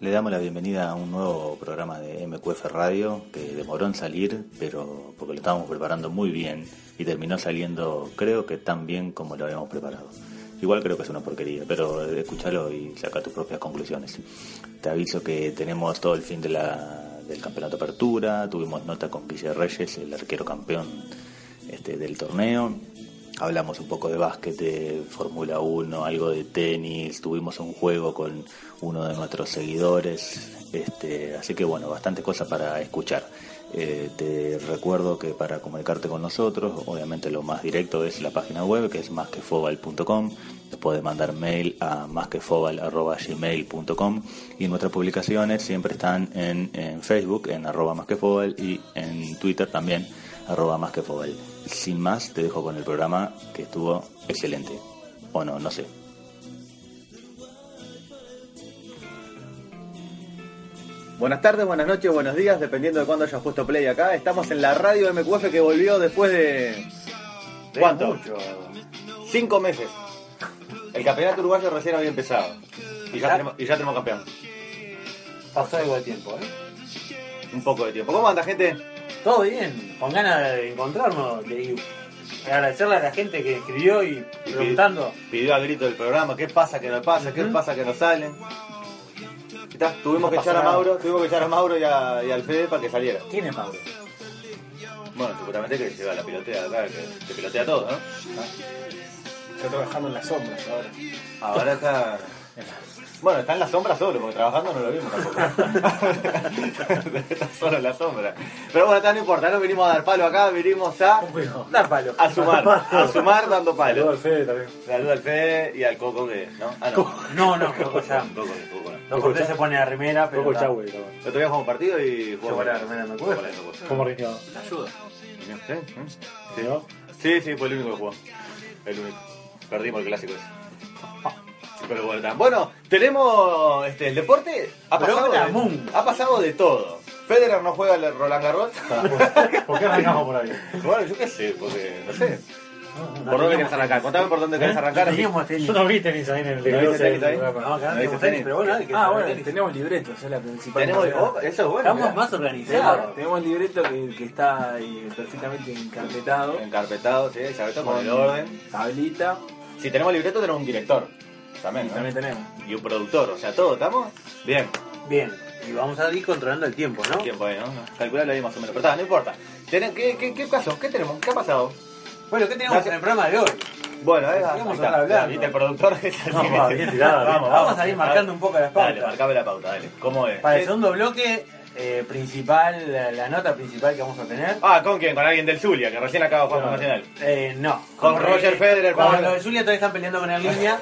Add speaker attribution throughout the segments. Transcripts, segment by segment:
Speaker 1: Le damos la bienvenida a un nuevo programa de MQF Radio que demoró en salir, pero porque lo estábamos preparando muy bien y terminó saliendo, creo que tan bien como lo habíamos preparado. Igual creo que es una porquería, pero escúchalo y saca tus propias conclusiones. Te aviso que tenemos todo el fin de la, del campeonato apertura, tuvimos nota con Guille Reyes, el arquero campeón este, del torneo. Hablamos un poco de básquet, de Fórmula 1, algo de tenis, tuvimos un juego con uno de nuestros seguidores, este, así que bueno, bastante cosa para escuchar. Eh, te recuerdo que para comunicarte con nosotros, obviamente lo más directo es la página web que es másquefobal.com. Puedes mandar mail a másquefobal.gmail.com y nuestras publicaciones siempre están en, en Facebook, en arroba másquefobal y en Twitter también, arroba másquefobal. Sin más, te dejo con el programa que estuvo excelente. O no, no sé.
Speaker 2: Buenas tardes, buenas noches, buenos días, dependiendo de cuándo hayas puesto play acá. Estamos en la radio MQF que volvió después de.
Speaker 3: De
Speaker 2: ¿Cuánto?
Speaker 3: mucho.
Speaker 2: Cinco meses. El campeonato uruguayo recién había empezado. Y ya, tenemos, y ya tenemos campeón.
Speaker 3: Pasó algo de tiempo, ¿eh?
Speaker 2: Un poco de tiempo. ¿Cómo anda, gente?
Speaker 3: Todo bien, con ganas de encontrarnos y agradecerle a la gente que escribió y
Speaker 2: Y
Speaker 3: preguntando.
Speaker 2: Pidió a grito del programa, ¿qué pasa que no pasa? ¿Qué
Speaker 3: Ujú.
Speaker 2: pasa que no sale? Está, Tuvimos
Speaker 3: No
Speaker 2: que
Speaker 3: pasó
Speaker 2: echar a
Speaker 3: nada.
Speaker 2: Mauro, tuvimos que echar a Mauro y, a- y al Fede para que saliera.
Speaker 3: ¿Quién es Mauro?
Speaker 2: Bueno, seguramente que lleva la pilotea acá, que te pilotea todo, ¿no?
Speaker 4: Está trabajando en las sombras ahora.
Speaker 2: Ahora está. Bueno, está en la sombra solo, porque trabajando no lo vimos tampoco. está solo en la sombra. Pero bueno, está, no importa, no venimos a dar palo acá, venimos a,
Speaker 4: Bueno,
Speaker 3: Da palo.
Speaker 2: a sumar, a sumar dando
Speaker 4: saludo
Speaker 2: palo.
Speaker 4: al Fede también.
Speaker 2: Saludo al Fede y al Coco que. ¿No? Ah, no.
Speaker 3: No, no, Coco ya.
Speaker 2: Coco, Coco, no.
Speaker 3: No corté, se pone la remera, pero.
Speaker 4: Poco
Speaker 3: está.
Speaker 4: chau, güey, cabrón.
Speaker 2: El otro día jugamos un partido y
Speaker 3: Se
Speaker 2: jugamos.
Speaker 3: pone la remera, me acuerdo.
Speaker 4: ¿Cómo riñó?
Speaker 2: ¿Sí?
Speaker 4: ¿Sí, no?
Speaker 2: Sí, sí, fue el único que jugó. El único. Perdimos el clásico ese. Pero bueno, está. bueno, tenemos este, el deporte. Ha
Speaker 3: Pero
Speaker 2: pasado,
Speaker 3: hola,
Speaker 2: de,
Speaker 3: Moon.
Speaker 2: ha pasado de todo. Federer no juega el Roland Garros.
Speaker 4: ¿Por qué arrancamos por ahí?
Speaker 2: bueno, yo qué sé, porque no sé.
Speaker 3: No
Speaker 2: ¿Por dónde
Speaker 3: teníamos-
Speaker 2: querés arrancar? Contame por dónde querés
Speaker 3: ¿Eh?
Speaker 2: arrancar.
Speaker 3: No
Speaker 2: así.
Speaker 3: teníamos tenis.
Speaker 4: Yo no vi tenis ahí en el
Speaker 2: ¿No viste tenis ahí?
Speaker 3: No, acá
Speaker 2: no
Speaker 3: teníamos
Speaker 2: viste
Speaker 3: tenis,
Speaker 2: tenis.
Speaker 3: pero bueno, hay que
Speaker 4: Ah,
Speaker 3: saber
Speaker 4: bueno,
Speaker 3: tenis.
Speaker 4: tenemos libretos, esa es la principal.
Speaker 2: Tenemos
Speaker 4: novedad.
Speaker 2: oh, eso es bueno.
Speaker 3: Estamos
Speaker 2: mirá.
Speaker 3: más
Speaker 4: Tenemos,
Speaker 3: organizados.
Speaker 4: tenemos el libreto que, que está ahí perfectamente encarpetado.
Speaker 2: Encarpetado, sí, ya con el orden.
Speaker 4: Tablita.
Speaker 2: Si tenemos libreto, tenemos un director. También,
Speaker 4: Y
Speaker 2: ¿no?
Speaker 4: también tenemos.
Speaker 2: Y un productor, o sea, todo, ¿estamos? Bien.
Speaker 3: Bien, y vamos a ir controlando el tiempo, ¿no?
Speaker 2: Tiempo ahí, ¿no? Calcularlo ahí más o menos. Pero está, no importa. Tene- ¿Qué, qué, qué pasó? ¿Qué tenemos? ¿Qué ha pasado?
Speaker 3: Bueno, ¿qué tenemos en el programa de hoy?
Speaker 2: Bueno, eh,
Speaker 3: Sigamos
Speaker 2: ahí está.
Speaker 3: hablando.
Speaker 2: Viste, el productor es así.
Speaker 3: Vamos, bien tirado, bien. Vamos a ir marcando un poco las pautas.
Speaker 2: Dale, marcame la pauta, dale. ¿Cómo es?
Speaker 3: Para el
Speaker 2: Eh,
Speaker 3: segundo bloque, eh, principal, la, la nota principal que vamos a tener.
Speaker 2: Ah, ¿con quién? Con alguien del Zulia, que recién acaba jugando Nacional.
Speaker 3: Eh, no.
Speaker 2: Con Roger Federer,
Speaker 3: Con
Speaker 2: Pablo.
Speaker 3: los de Zulia todavía están peleando con línea.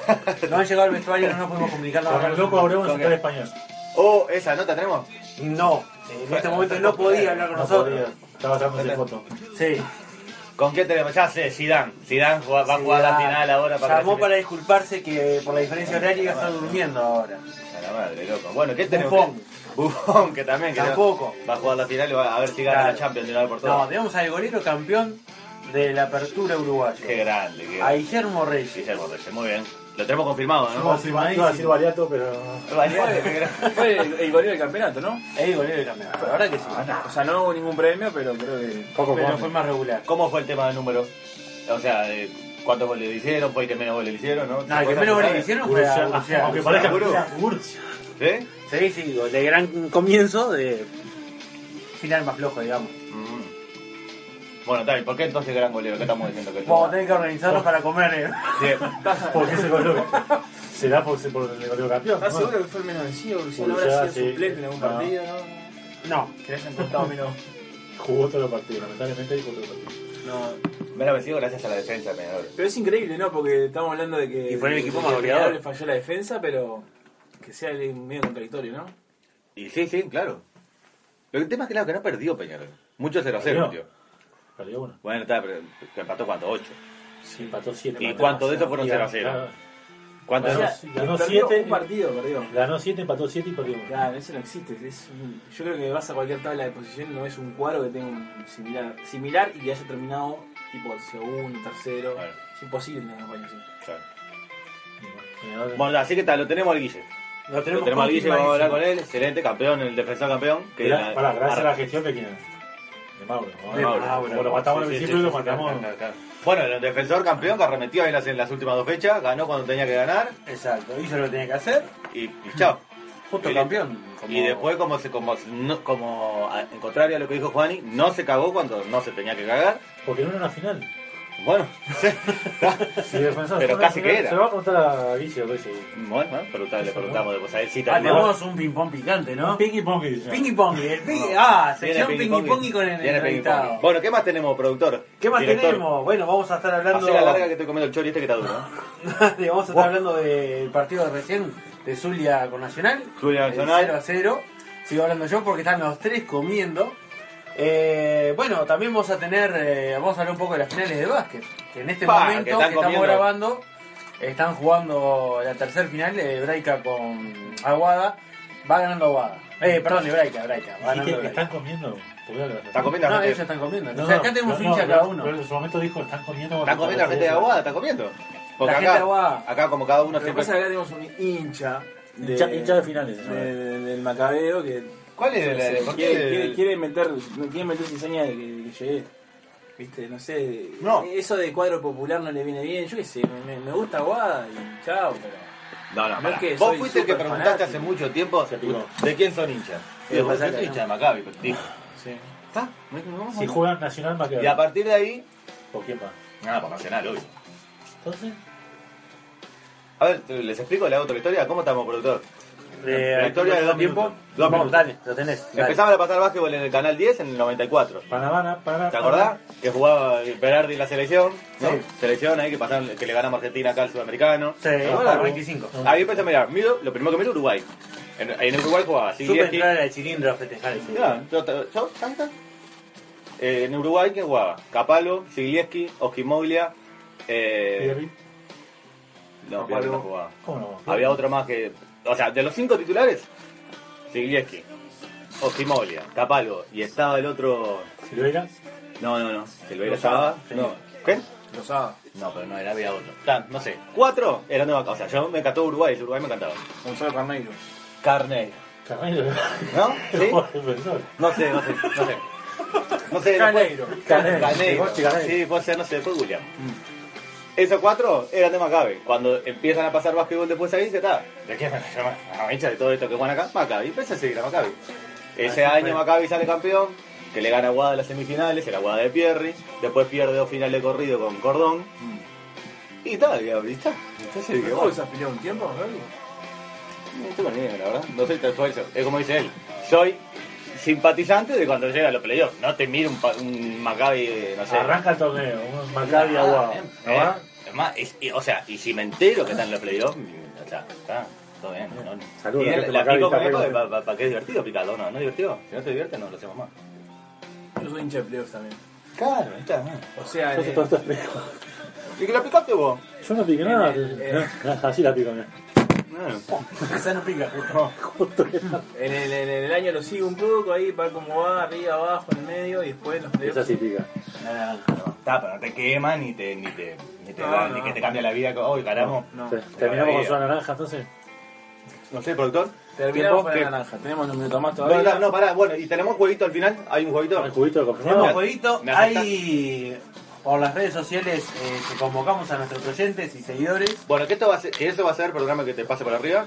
Speaker 3: No han llegado al vestuario, no nos podemos comunicar
Speaker 4: Con
Speaker 3: nada.
Speaker 4: el loco Abreu en
Speaker 2: Ok.
Speaker 4: central español.
Speaker 2: Oh, esa nota tenemos.
Speaker 3: No. En este momento no podía hablar con
Speaker 4: No podía.
Speaker 3: nosotros.
Speaker 4: Estaba sacándose foto.
Speaker 3: Sí.
Speaker 2: ¿Con quién tenemos? Ya sé, Zidane. Zidane juega- va a jugar la final ahora para
Speaker 3: Llamó
Speaker 2: recibir-
Speaker 3: para disculparse que por la diferencia horaria iba a estar durmiendo ahora.
Speaker 2: A la madre, loco. Bueno, ¿qué tenemos?
Speaker 3: Buffon.
Speaker 2: Buffon, que también. Que
Speaker 3: Tampoco.
Speaker 2: Va a jugar la final y va a ver si gana
Speaker 3: Claro.
Speaker 2: la Champions de una vez por
Speaker 3: No,
Speaker 2: todas.
Speaker 3: tenemos al golero campeón de la apertura
Speaker 2: qué
Speaker 3: uruguaya.
Speaker 2: grande, qué
Speaker 3: A
Speaker 2: grande.
Speaker 3: Guillermo Reyes.
Speaker 2: Guillermo Reyes, muy bien. Lo tenemos confirmado,
Speaker 4: Iba a
Speaker 2: ¿no?
Speaker 4: decir- iba a decir variato, pero.
Speaker 2: Valiente, qué grande.
Speaker 4: Fue el, el goleo del campeonato, ¿no?
Speaker 3: El golero del campeonato. La verdad que sí.
Speaker 2: Ah,
Speaker 4: O sea, no hubo ningún premio, pero creo que. Poco
Speaker 3: Pero fue más regular.
Speaker 2: ¿Cómo fue el tema de número? O sea, de ¿cuántos goles le hicieron? ¿Fue el que menos goles le hicieron? No,
Speaker 3: No, el que
Speaker 2: ¿Cosas
Speaker 3: menos goles
Speaker 2: saben?
Speaker 3: hicieron fue a Urcia.
Speaker 4: Aunque parezca
Speaker 2: Seguro.
Speaker 4: Urcia.
Speaker 2: ¿Sí?
Speaker 3: Sí, sí, de gran comienzo, de final más flojo, digamos.
Speaker 2: Mm. Bueno, tal, ¿y por qué entonces gran golero? ¿Qué estamos diciendo que
Speaker 3: Vamos a tener que organizarnos para comer. eh.
Speaker 2: Sí.
Speaker 4: ¿Por qué se coloca? ¿Será por, por el goleo campeón?
Speaker 5: ¿Estás
Speaker 4: ¿no?
Speaker 5: seguro que fue el menos vencido? Porque si no
Speaker 6: Pues
Speaker 4: Porque
Speaker 5: habrá
Speaker 4: ya,
Speaker 5: sido
Speaker 4: sí.
Speaker 5: suplente en algún
Speaker 4: No.
Speaker 5: partido, ¿no?
Speaker 3: No,
Speaker 5: Que le hayan contado menos.
Speaker 4: Jugó todos los partidos, lamentablemente jugó todos los partidos.
Speaker 5: No.
Speaker 2: Menos vencido gracias a la defensa, menor.
Speaker 5: Pero es increíble, ¿no? Porque estamos hablando de que.
Speaker 3: Y fue el
Speaker 5: de
Speaker 3: equipo
Speaker 5: que
Speaker 3: más goleador.
Speaker 5: Le falló la defensa, pero.
Speaker 4: que sea el- medio contradictorio, ¿no?
Speaker 2: Y sí, sí, claro. Lo que el tema es que, claro, que no perdió Peñarol. Mucho 0 a 0,
Speaker 6: Perdió.
Speaker 2: tío.
Speaker 6: Perdió uno.
Speaker 2: Bueno, está, pero que empató cuánto, 8.
Speaker 6: Sí, empató siete.
Speaker 2: ¿Y
Speaker 6: Ganó
Speaker 2: cuánto
Speaker 6: cero.
Speaker 2: de esos fueron
Speaker 6: Y
Speaker 2: cero a
Speaker 6: ganó-
Speaker 2: cero?
Speaker 6: Ganó,
Speaker 2: ¿Cuánto
Speaker 4: O sea,
Speaker 6: ganó
Speaker 4: perdió
Speaker 6: siete.
Speaker 4: un partido, perdió.
Speaker 6: Ganó siete, empató siete y perdió uno.
Speaker 4: Claro, eso no existe. es un- yo creo que vas a cualquier tabla de posición no es un cuadro que tenga un similar, similar y que haya terminado tipo segundo, tercero.
Speaker 2: Claro.
Speaker 4: Es imposible una campaña así.
Speaker 6: Ganó-
Speaker 2: Bueno, así que está, lo tenemos al Guille.
Speaker 3: Lo
Speaker 2: Lo
Speaker 3: tenemos,
Speaker 2: tenemos al
Speaker 3: con
Speaker 2: Guille,
Speaker 3: Tim
Speaker 2: vamos a hablar
Speaker 3: Madison.
Speaker 2: con él. Excelente, campeón, el defensor campeón. Que
Speaker 6: Gra-
Speaker 2: la-
Speaker 6: pará, gracias a la
Speaker 2: arra-
Speaker 6: gestión de quién De Mauro. ¿no?
Speaker 2: De Mauro.
Speaker 6: Como lo matamos al
Speaker 2: Sí, sí,
Speaker 6: principio,
Speaker 2: sí,
Speaker 6: lo
Speaker 2: sí,
Speaker 6: matamos.
Speaker 2: claro, claro, claro. Bueno, el defensor campeón que arremetió en las, en las últimas dos fechas, ganó cuando tenía que ganar
Speaker 3: Exacto, hizo lo que tenía que hacer.
Speaker 2: y, y chao.
Speaker 4: Justo
Speaker 2: Y-
Speaker 4: campeón.
Speaker 2: Y después, como, se, como, no- como a- en contrario a lo que dijo Juani, no se cagó cuando no se tenía que cagar.
Speaker 6: Porque no era una final.
Speaker 2: Bueno,
Speaker 6: Si el defensor
Speaker 2: Pero
Speaker 6: fuera una
Speaker 2: casi
Speaker 6: final,
Speaker 2: que era.
Speaker 6: Se lo va pues, a contar a Guille, lo dice.
Speaker 2: bueno, bueno, pero tal, le preguntamos después a él si
Speaker 3: Ah,
Speaker 2: tal.
Speaker 3: tenemos un ping-pong picante, ¿no?
Speaker 6: Pinky Ponky. dice.
Speaker 3: Pingui Pongi, el pingui- ah,
Speaker 2: Viene
Speaker 3: sección
Speaker 2: Pingui
Speaker 3: Pingui Pongi
Speaker 2: Pongui.
Speaker 3: con el
Speaker 2: Viene Pingui Pongui.
Speaker 3: entrevistado.
Speaker 2: Bueno, ¿qué más tenemos, productor?
Speaker 3: ¿Qué más
Speaker 2: Director.
Speaker 3: tenemos? Bueno, vamos a estar hablando.
Speaker 2: Hacé la larga que estoy comiendo el chori este que está duro. ¿no?
Speaker 3: Dale, vamos a estar hablando del partido de recién de Zulia con Nacional.
Speaker 2: Zulia
Speaker 3: El
Speaker 2: Nacional.
Speaker 3: 0 a 0. Sigo hablando yo porque están los tres comiendo. Eh, bueno, también vamos a tener, eh, vamos a hablar un poco de las finales de básquet. Que en este
Speaker 2: Pa,
Speaker 3: momento
Speaker 2: que
Speaker 3: que,
Speaker 2: están
Speaker 3: estamos
Speaker 2: comiendo.
Speaker 3: grabando, están jugando la tercer final de Braica con Aguada. Va ganando Aguada. Eh, perdón, de Braica, Braica. Va ganando
Speaker 6: Dijiste que
Speaker 3: Braica.
Speaker 6: están comiendo.
Speaker 2: Está
Speaker 6: Están
Speaker 2: comiendo la
Speaker 3: No, ellos
Speaker 2: gente.
Speaker 3: están comiendo. Entonces, acá tenemos hincha cada uno.
Speaker 6: Pero en su momento dijo, están comiendo.
Speaker 2: Está comiendo la gente de Aguada, está comiendo. Porque
Speaker 3: La
Speaker 2: acá,
Speaker 3: gente de Aguada.
Speaker 2: acá como cada uno
Speaker 4: Lo que
Speaker 2: siempre...
Speaker 4: pasa es que acá tenemos un hincha. De,
Speaker 6: Hincha- hincha de finales,
Speaker 4: de-
Speaker 6: señor.
Speaker 4: de- del Macabeo que.
Speaker 2: ¿Cuál es el-
Speaker 4: se-
Speaker 2: por qué
Speaker 4: quiere,
Speaker 2: el-
Speaker 4: quiere- quiere meter, quiere meter cizaña de que, que llegué. Viste, no sé.
Speaker 2: No.
Speaker 4: Eso de cuadro popular no le viene bien. Yo qué sé, me, me gusta Aguada y chao, pero.
Speaker 2: No, no,
Speaker 4: No
Speaker 2: pará.
Speaker 4: es que
Speaker 2: Vos
Speaker 4: soy
Speaker 2: fuiste el que
Speaker 4: súper
Speaker 2: preguntaste hace
Speaker 4: fanático.
Speaker 2: mucho tiempo
Speaker 6: Se picó.
Speaker 2: de quién son hinchas. Y
Speaker 3: Sí,
Speaker 2: después
Speaker 3: pasa
Speaker 2: yo soy
Speaker 3: que
Speaker 2: hincha de
Speaker 3: no.
Speaker 2: Maccabi, pero dijo,
Speaker 4: Sí.
Speaker 2: está, me- me vamos a-
Speaker 6: Si juegan Nacional más que
Speaker 2: Y a partir de ahí,
Speaker 6: ¿Por quién más?
Speaker 2: nada, por Nacional, obvio.
Speaker 6: Entonces,
Speaker 2: A ver, te- les explico, le hago otra historia. ¿Cómo estamos, productor?
Speaker 3: Eh,
Speaker 2: la historia de dos tiempos. Dos
Speaker 3: Vamos,
Speaker 2: minutos.
Speaker 3: dale, lo tenés. dale.
Speaker 2: Empezamos a pasar básquetbol en el canal 10 en el 94.
Speaker 6: Panamá, para.
Speaker 2: ¿Te acordás? Que jugaba Berardi en la selección, ¿no?
Speaker 3: Sí.
Speaker 2: Selección ahí que pasaron, que le ganamos a Argentina acá al sudamericano.
Speaker 3: Sí,
Speaker 2: ¿Te acordás?
Speaker 3: para el 25.
Speaker 2: Ahí empecé a mirar, miro, lo primero que miro Uruguay. En, ahí en Uruguay jugaba
Speaker 3: Supe
Speaker 2: Silvieski.
Speaker 3: entrar al cilindro a festejar ese día.
Speaker 2: Mirá, yo, yo, tanta. Eh, en Uruguay, ¿quién jugaba? Capalo, Siglieski, Osquimoglia. Eh,
Speaker 6: Pierri.
Speaker 2: no, Pirlo no jugaba.
Speaker 6: ¿Cómo no? Pierri.
Speaker 2: Había otro más que. O sea, de los cinco titulares, Siglieski, Osquimoglia, Capalo y estaba el otro.
Speaker 6: Silveira.
Speaker 2: No, no, no. Silveira estaba.
Speaker 3: sí.
Speaker 2: No. ¿Qué?
Speaker 4: Lo sabe.
Speaker 2: No, pero no, era había otro. O sea, no sé. Cuatro eran de vaca. O sea, yo me encantó Uruguay, el Uruguay me encantaba.
Speaker 4: Gonzalo Carneiro.
Speaker 2: Carne.
Speaker 6: Carneiro.
Speaker 2: ¿No? ¿Sí?
Speaker 6: Juega de defensor.
Speaker 2: No sé, no sé, no sé. No sé,
Speaker 4: Carneiro.
Speaker 2: después-
Speaker 6: Carneiro.
Speaker 2: Carneiro.
Speaker 6: Gochi Carneiro.
Speaker 2: Sí, puede ser, no sé, después William. Esos cuatro eran de Maccabi. Cuando empiezan a pasar básquetbol después ahí, se está. ¿De qué me llaman? Ah, hincha de todo esto que juegan acá, Maccabi. Empieza a seguir a Maccabi. Ese
Speaker 3: Así
Speaker 2: año
Speaker 3: fue.
Speaker 2: Maccabi sale campeón, que le gana a Guada en las semifinales, era Guada de Pierri. Después pierde dos finales de corrido con Cordón. Y tal, y ahí está. Entonces dije,
Speaker 4: ¿Cómo
Speaker 2: bueno,
Speaker 4: desafilió un tiempo, Gaby?
Speaker 2: no tengo ni idea, la verdad. No soy tan suelto. Es como dice él. Soy simpatizante de cuando llega a los playoffs. No te miro un, pa- un Maccabi, eh, no sé.
Speaker 6: Arranca el torneo. Un Maccabi
Speaker 2: Ah,
Speaker 6: Aguado.
Speaker 2: bien,
Speaker 6: ¿No
Speaker 2: bien.
Speaker 6: va?
Speaker 2: Es más, es- y- o sea, y si me entero que están en los playoffs, mm, o sea, está, todo bien. ¿no?
Speaker 6: Saludos,
Speaker 2: Y
Speaker 6: la
Speaker 2: la,
Speaker 6: gente
Speaker 2: la
Speaker 6: Maccabi
Speaker 2: pico
Speaker 6: está
Speaker 2: con esto
Speaker 6: re
Speaker 2: de pa- pa- pa' que es divertido picado, ¿no? ¿No es divertido? Si no te divierte, no lo hacemos más.
Speaker 4: Yo soy hincha de playoffs también.
Speaker 2: Claro, está.
Speaker 4: O sea,
Speaker 6: Entonces,
Speaker 4: eh,
Speaker 6: todo esto es fresco.
Speaker 2: ¿Y que la picaste vos?
Speaker 6: Yo no piqué
Speaker 4: En
Speaker 6: nada.
Speaker 4: el, eh.
Speaker 6: No, Así la pico, mira.
Speaker 3: Esa no pica.
Speaker 6: Justo que-
Speaker 4: en, el, en el año lo sigo un poco ahí, para como va, arriba, abajo, en el medio, y después los playoffs.
Speaker 6: Esa sí pica.
Speaker 2: Está, pero no te quema ni te, ni te, ni te
Speaker 4: No,
Speaker 2: da-
Speaker 4: no.
Speaker 2: ni que te cambia la vida. con- Hoy ganamos.
Speaker 4: No.
Speaker 6: Sí. Terminamos con
Speaker 2: Todavía.
Speaker 6: su naranja, entonces.
Speaker 2: No sé, productor.
Speaker 4: Terminamos con
Speaker 2: ¿Qué?
Speaker 4: la naranja. Tenemos un minuto más
Speaker 2: No,
Speaker 4: todavía.
Speaker 2: no, no, pará, bueno, y tenemos jueguito al final, hay un jueguito.
Speaker 6: El juguito de
Speaker 3: Tenemos
Speaker 6: confirmado.
Speaker 3: jueguito.
Speaker 2: me acepta.
Speaker 3: Hay por las redes sociales eh, que convocamos a nuestros oyentes y seguidores.
Speaker 2: Bueno, que esto va a ser, que eso va a ser, programa que te pase por arriba,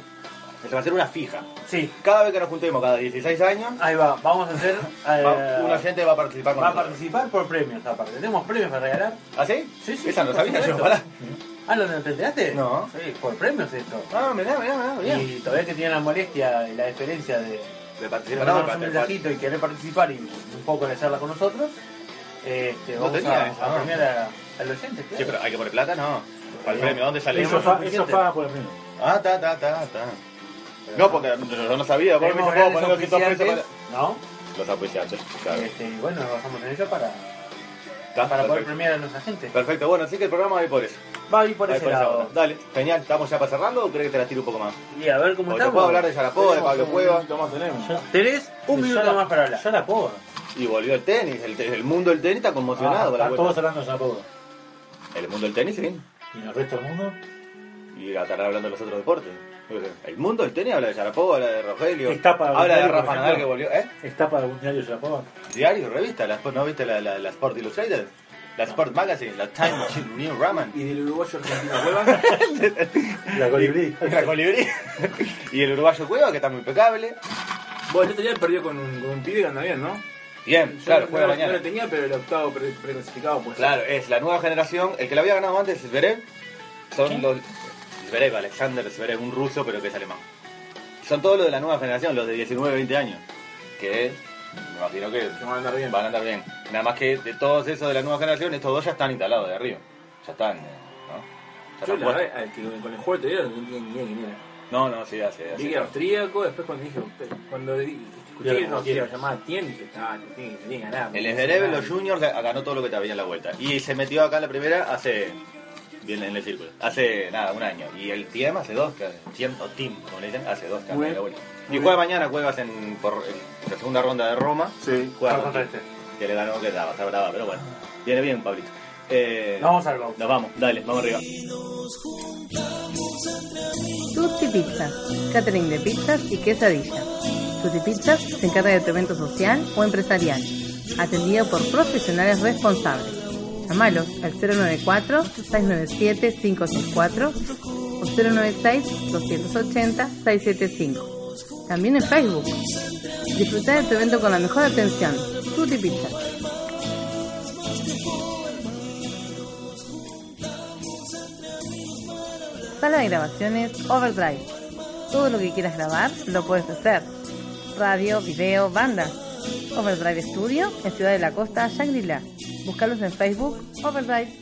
Speaker 2: eso va a ser una fija.
Speaker 3: Sí,
Speaker 2: Cada vez que nos juntemos, cada 16 años,
Speaker 3: ahí va. Vamos a hacer.
Speaker 2: va-
Speaker 3: eh,
Speaker 2: una gente va a participar con
Speaker 3: va a
Speaker 2: nosotros.
Speaker 3: participar por premios aparte. Tenemos premios para regalar.
Speaker 2: ¿Ah, sí?
Speaker 3: Sí, sí,
Speaker 2: Esa no
Speaker 3: por
Speaker 2: sabía yo,
Speaker 3: supuesto.
Speaker 2: pará.
Speaker 3: Ah, ¿no te enteraste?
Speaker 2: No.
Speaker 3: Sí, por premios esto.
Speaker 2: Ah, mirá, mirá, mirá, bien.
Speaker 3: Y todavía que tienen la molestia y la diferencia de,
Speaker 2: De
Speaker 3: Si
Speaker 2: participar,
Speaker 3: le
Speaker 2: no,
Speaker 3: mandamos un
Speaker 2: participar.
Speaker 3: mensajito y querer participar y un poco de charla con nosotros, este,
Speaker 2: No
Speaker 3: vamos
Speaker 2: tenía
Speaker 3: a,
Speaker 2: eso,
Speaker 3: a
Speaker 2: ¿no?
Speaker 3: premiar a, a los oyentes. claro.
Speaker 2: Sí, pero hay que poner plata, no. Para el premio, ¿dónde sale?
Speaker 6: Eso fa- eso paga por el premio.
Speaker 2: Ah, ta, ta, ta, ta. No, porque yo no sabía, porque me
Speaker 3: Tenemos
Speaker 2: dijo, puedo poner 200
Speaker 3: grandes
Speaker 2: pesos
Speaker 3: auspiciantes,
Speaker 2: para...
Speaker 3: ¿no?
Speaker 2: Los auspiciantes, claro.
Speaker 3: Este, y bueno, nos basamos en eso para,
Speaker 2: Está,
Speaker 3: para poder
Speaker 2: perfecto.
Speaker 3: premiar a nuestra gente.
Speaker 2: Perfecto, bueno, así que el programa va a ir por eso.
Speaker 3: Va a ir por
Speaker 2: Va a ir
Speaker 3: ese
Speaker 2: por esa
Speaker 3: lado.
Speaker 2: onda. Dale, genial, ¿estamos ya para cerrarlo o crees que te la tiro un poco más?
Speaker 3: Y a ver
Speaker 2: Porque
Speaker 3: cómo
Speaker 2: te
Speaker 3: estamos.
Speaker 2: puedo hablar de Yarapó, de Pablo Cueva,
Speaker 4: ¿Cómo tenemos?
Speaker 3: Tenés un
Speaker 6: Ya
Speaker 3: minuto
Speaker 6: la-
Speaker 3: más para hablar.
Speaker 6: Ya la poda.
Speaker 2: y volvió el tenis, el, te- el mundo del tenis está
Speaker 6: Ah,
Speaker 2: conmocionado. con la
Speaker 6: están todos
Speaker 2: vuelta.
Speaker 6: hablando de ya la poda.
Speaker 2: El mundo del tenis, sí.
Speaker 6: ¿Y en el resto del mundo?
Speaker 2: Y estará hablando de los otros deportes. Pues, El mundo del tenis habla de Yarapó, habla de Rogelio,
Speaker 6: Está para
Speaker 2: habla de
Speaker 6: Rogelio,
Speaker 2: Rafa
Speaker 6: por
Speaker 2: Nadal que
Speaker 6: ejemplo.
Speaker 2: volvió. ¿Eh?
Speaker 6: ¿Está para un diario ya la poda?
Speaker 2: Diario, revista, la- ¿no viste la, la- la Sport Illustrated? La Sport Magazine, la Time New Roman.
Speaker 4: Y del uruguayo argentino Cueva.
Speaker 6: La colibrí.
Speaker 2: La colibrí. y el uruguayo Cueva, que está muy impecable.
Speaker 4: Bueno, el otro día perdió con un, con un pibe que anda bien, ¿no?
Speaker 2: Bien,
Speaker 4: Yo
Speaker 2: claro,
Speaker 4: no,
Speaker 2: juega
Speaker 4: no
Speaker 2: mañana.
Speaker 4: lo tenía, pero el octavo pre- preclasificado, pues.
Speaker 2: Claro, es la nueva generación. El que la había ganado antes, Zverev, son los... Zverev, Alexander Zverev, un ruso, pero que es alemán. Son todos los de la nueva generación, los de 19, 20 años. Que me imagino que
Speaker 4: Que van a andar bien.
Speaker 2: van a andar bien. Nada más que de todos esos de la nueva generación, estos dos ya están instalados de arriba. Ya están, eh, ¿no? Ya
Speaker 4: Yo
Speaker 2: están
Speaker 4: la
Speaker 2: puestos.
Speaker 4: verdad, al que con el juego te dieron, no tenía ni idea quién era.
Speaker 2: No, no, sí, así, así.
Speaker 4: Vi que era austríaco, después cuando dije, cuando di-
Speaker 6: Era
Speaker 4: escuché
Speaker 6: como
Speaker 4: no
Speaker 6: quién.
Speaker 4: quiero llamar a Tien, dije, ah, no tiene tiene que ganar.
Speaker 2: El
Speaker 4: porque
Speaker 2: Zverev,
Speaker 4: no
Speaker 2: los
Speaker 4: sé
Speaker 2: juniors, ganó todo lo que te había en la vuelta. Y se metió acá en la primera hace... Bien en el círculo. Hace nada, un año. Y el TIEM hace dos, que- TIEM o TIM, como le dicen, hace dos que
Speaker 4: Muy
Speaker 2: anda en la
Speaker 4: bien.
Speaker 2: vuelta. Y
Speaker 4: Muy
Speaker 2: juega mañana, juegas en, por, en la segunda ronda de Roma.
Speaker 4: Sí.
Speaker 2: Juega con
Speaker 3: Vamos contra
Speaker 2: Thiem,
Speaker 3: este.
Speaker 2: que le ganó, que estaba, está brava, pero bueno. Viene bien, Pablito. Eh,
Speaker 3: Nos vamos al baúl.
Speaker 2: Nos vamos, dale, vamos arriba.
Speaker 7: Tutti Pizza, catering de pizzas y quesadillas. Tutti Pizzas se encarga de tu evento social o empresarial, atendido por profesionales responsables. Llámalos al 094-697-564 o 096-280-675. También en Facebook. Disfruta de tu evento con la mejor atención. Tutti Pizza. Sala de grabaciones Overdrive. Todo lo que quieras grabar lo puedes hacer. Radio, video, banda. Overdrive Studio en Ciudad de la Costa, Shangri-La. Búscalos en Facebook, Overdrive.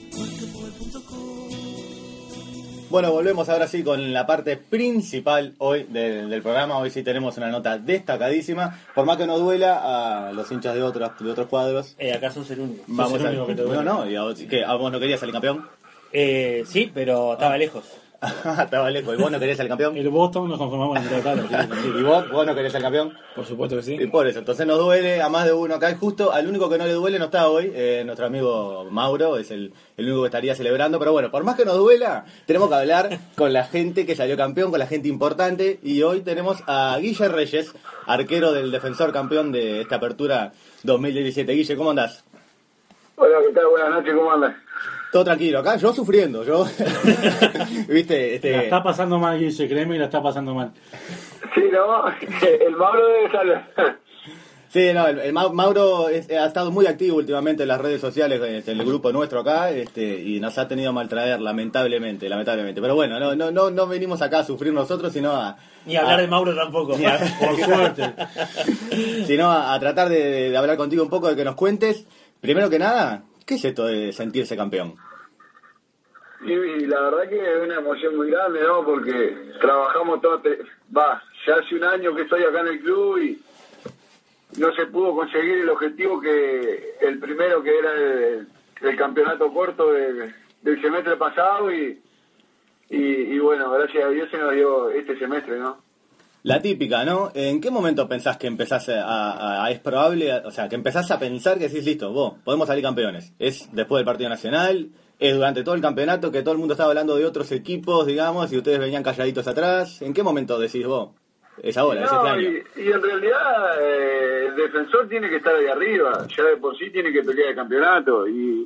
Speaker 2: Bueno, volvemos ahora sí con la parte principal hoy del, del programa. Hoy sí tenemos una nota destacadísima. Por más que no duela a los hinchas de otros, de otros cuadros.
Speaker 8: Eh, acá sos el único.
Speaker 2: Vamos
Speaker 6: el
Speaker 2: a...
Speaker 6: único que te
Speaker 2: no,
Speaker 6: duele.
Speaker 2: no, y a, vos- ¿qué? ¿A vos no querías salir campeón?
Speaker 8: Eh, sí, pero estaba lejos.
Speaker 2: Estaba lejos. ¿Y vos no querías salir campeón?
Speaker 6: El Boston nos conformamos en el mitad de tabla, así que
Speaker 2: ¿Y
Speaker 6: tranquilo.
Speaker 2: vos? ¿Vos no querés ser campeón?
Speaker 4: Por supuesto que
Speaker 2: Y por eso, entonces nos duele a más de uno acá. Y justo al único que no le duele no está hoy. eh, nuestro amigo Mauro es el, el único que estaría celebrando. Pero bueno, por más que nos duela, tenemos que hablar con la gente que salió campeón, con la gente importante. Y hoy tenemos a Guille Reyes, arquero del defensor campeón de esta apertura 2017. Guille, ¿cómo andás?
Speaker 9: Hola, ¿qué tal? Buenas noches, ¿cómo andas?
Speaker 2: Todo tranquilo, acá yo sufriendo, yo. ¿Viste?
Speaker 6: La
Speaker 2: Este,
Speaker 6: está pasando mal, Guille, créeme, la está pasando mal.
Speaker 9: Sí, ¿no? El Mauro debe saber.
Speaker 2: Sí, no, el, el Mau- Mauro es- ha estado muy activo últimamente en las redes sociales, eh, en el grupo nuestro acá, este, y nos ha tenido a maltraer, lamentablemente, lamentablemente. Pero bueno, no, no, no, no venimos acá a sufrir nosotros, sino a...
Speaker 8: Ni hablar
Speaker 2: a-
Speaker 8: de Mauro tampoco.
Speaker 2: ni a-
Speaker 6: Ah, Por suerte.
Speaker 2: sino a, a tratar de, de hablar contigo un poco, de que nos cuentes, primero que nada, ¿qué es esto de sentirse campeón?
Speaker 9: Y, y la verdad que es una emoción muy grande, ¿no? Porque trabajamos todo, te- va, ya hace un año que estoy acá en el club y no se pudo conseguir el objetivo que el primero que era el, el campeonato corto de- del semestre pasado y, y, y bueno, gracias a Dios se nos dio este semestre, ¿no?
Speaker 2: La típica, ¿no? ¿En qué momento pensás que empezás a... a- a- es probable, o sea, que empezás a pensar que decís, listo, vos, podemos salir campeones? ¿Es después del Partido Nacional? ¿Es durante todo el campeonato que todo el mundo estaba hablando de otros equipos, digamos, y ustedes venían calladitos atrás? ¿En qué momento decís vos? Es ahora, es este
Speaker 9: No,
Speaker 2: año.
Speaker 9: y, y en realidad eh, el defensor tiene que estar ahí arriba, ya de por sí tiene que pelear el campeonato. Y,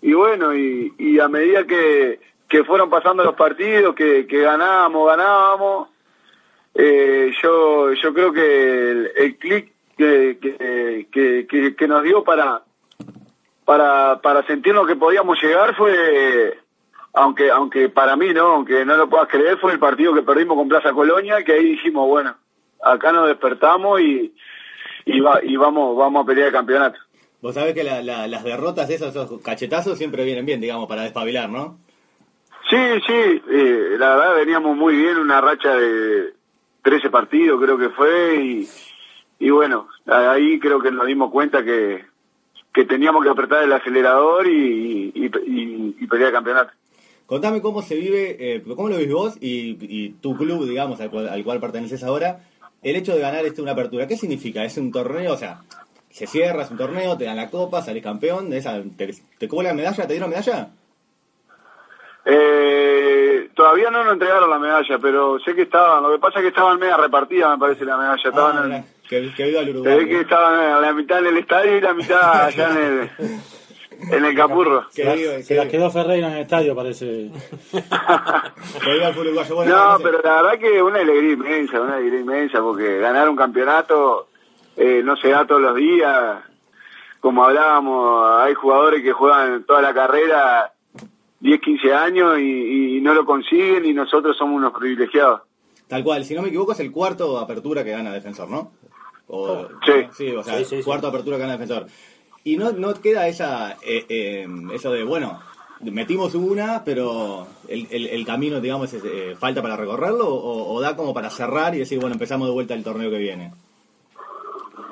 Speaker 9: y bueno, y, y a medida que, que fueron pasando los partidos, que, que ganábamos, ganábamos, eh, yo, yo creo que el, el clic que, que, que, que- que nos dio para, para, para sentirnos que podíamos llegar fue, aunque, aunque para mí no, aunque no lo puedas creer, fue el partido que perdimos con Plaza Colonia, que ahí dijimos, bueno, acá nos despertamos y, y, va- y vamos, vamos a pelear el campeonato.
Speaker 2: Vos sabés que la- la- las derrotas, esas, esos cachetazos siempre vienen bien, digamos, para despabilar, ¿no?
Speaker 9: Sí, sí, eh, la verdad veníamos muy bien, una racha de, 13 partidos creo que fue y, y bueno, ahí creo que nos dimos cuenta que, que teníamos que apretar el acelerador y, y, y- y pelear el campeonato.
Speaker 2: Contame cómo se vive, eh, cómo lo vivís vos y, y tu club, digamos, al cual, al cual perteneces ahora, el hecho de ganar este, una apertura. ¿Qué significa? ¿Es un torneo? O sea, se cierra, es un torneo, te dan la copa, salís campeón, esa- te, te cobran medalla, ¿te dieron medalla?
Speaker 9: Eh, todavía no nos entregaron la medalla, pero sé que estaban, lo que pasa es que estaban media repartidas me parece la medalla, estaban en-
Speaker 2: Que, Ah, que viva el
Speaker 9: se ve
Speaker 2: Uruguay.
Speaker 9: que estaban a la mitad en el estadio y la mitad allá en el, en el capurro.
Speaker 6: Se, la- se las quedó Ferreira en el estadio, parece.
Speaker 9: No, pero la verdad que una alegría inmensa, una alegría inmensa, porque ganar un campeonato eh, no se da todos los días. Como hablábamos, hay jugadores que juegan toda la carrera, 10, 15 años, y, y no lo consiguen, y nosotros somos unos privilegiados.
Speaker 2: Tal cual, si no me equivoco, es el cuarto apertura que gana Defensor, ¿no? O-
Speaker 9: Sí.
Speaker 2: o sea,
Speaker 9: Sí, sí, sí.
Speaker 2: cuarto apertura que gana Defensor. Y no, no queda esa, eh, eh, eso de, bueno, metimos una, pero el, el- el camino, digamos, es, eh, falta para recorrerlo o, o da como para cerrar y decir, bueno, empezamos de vuelta el torneo que viene.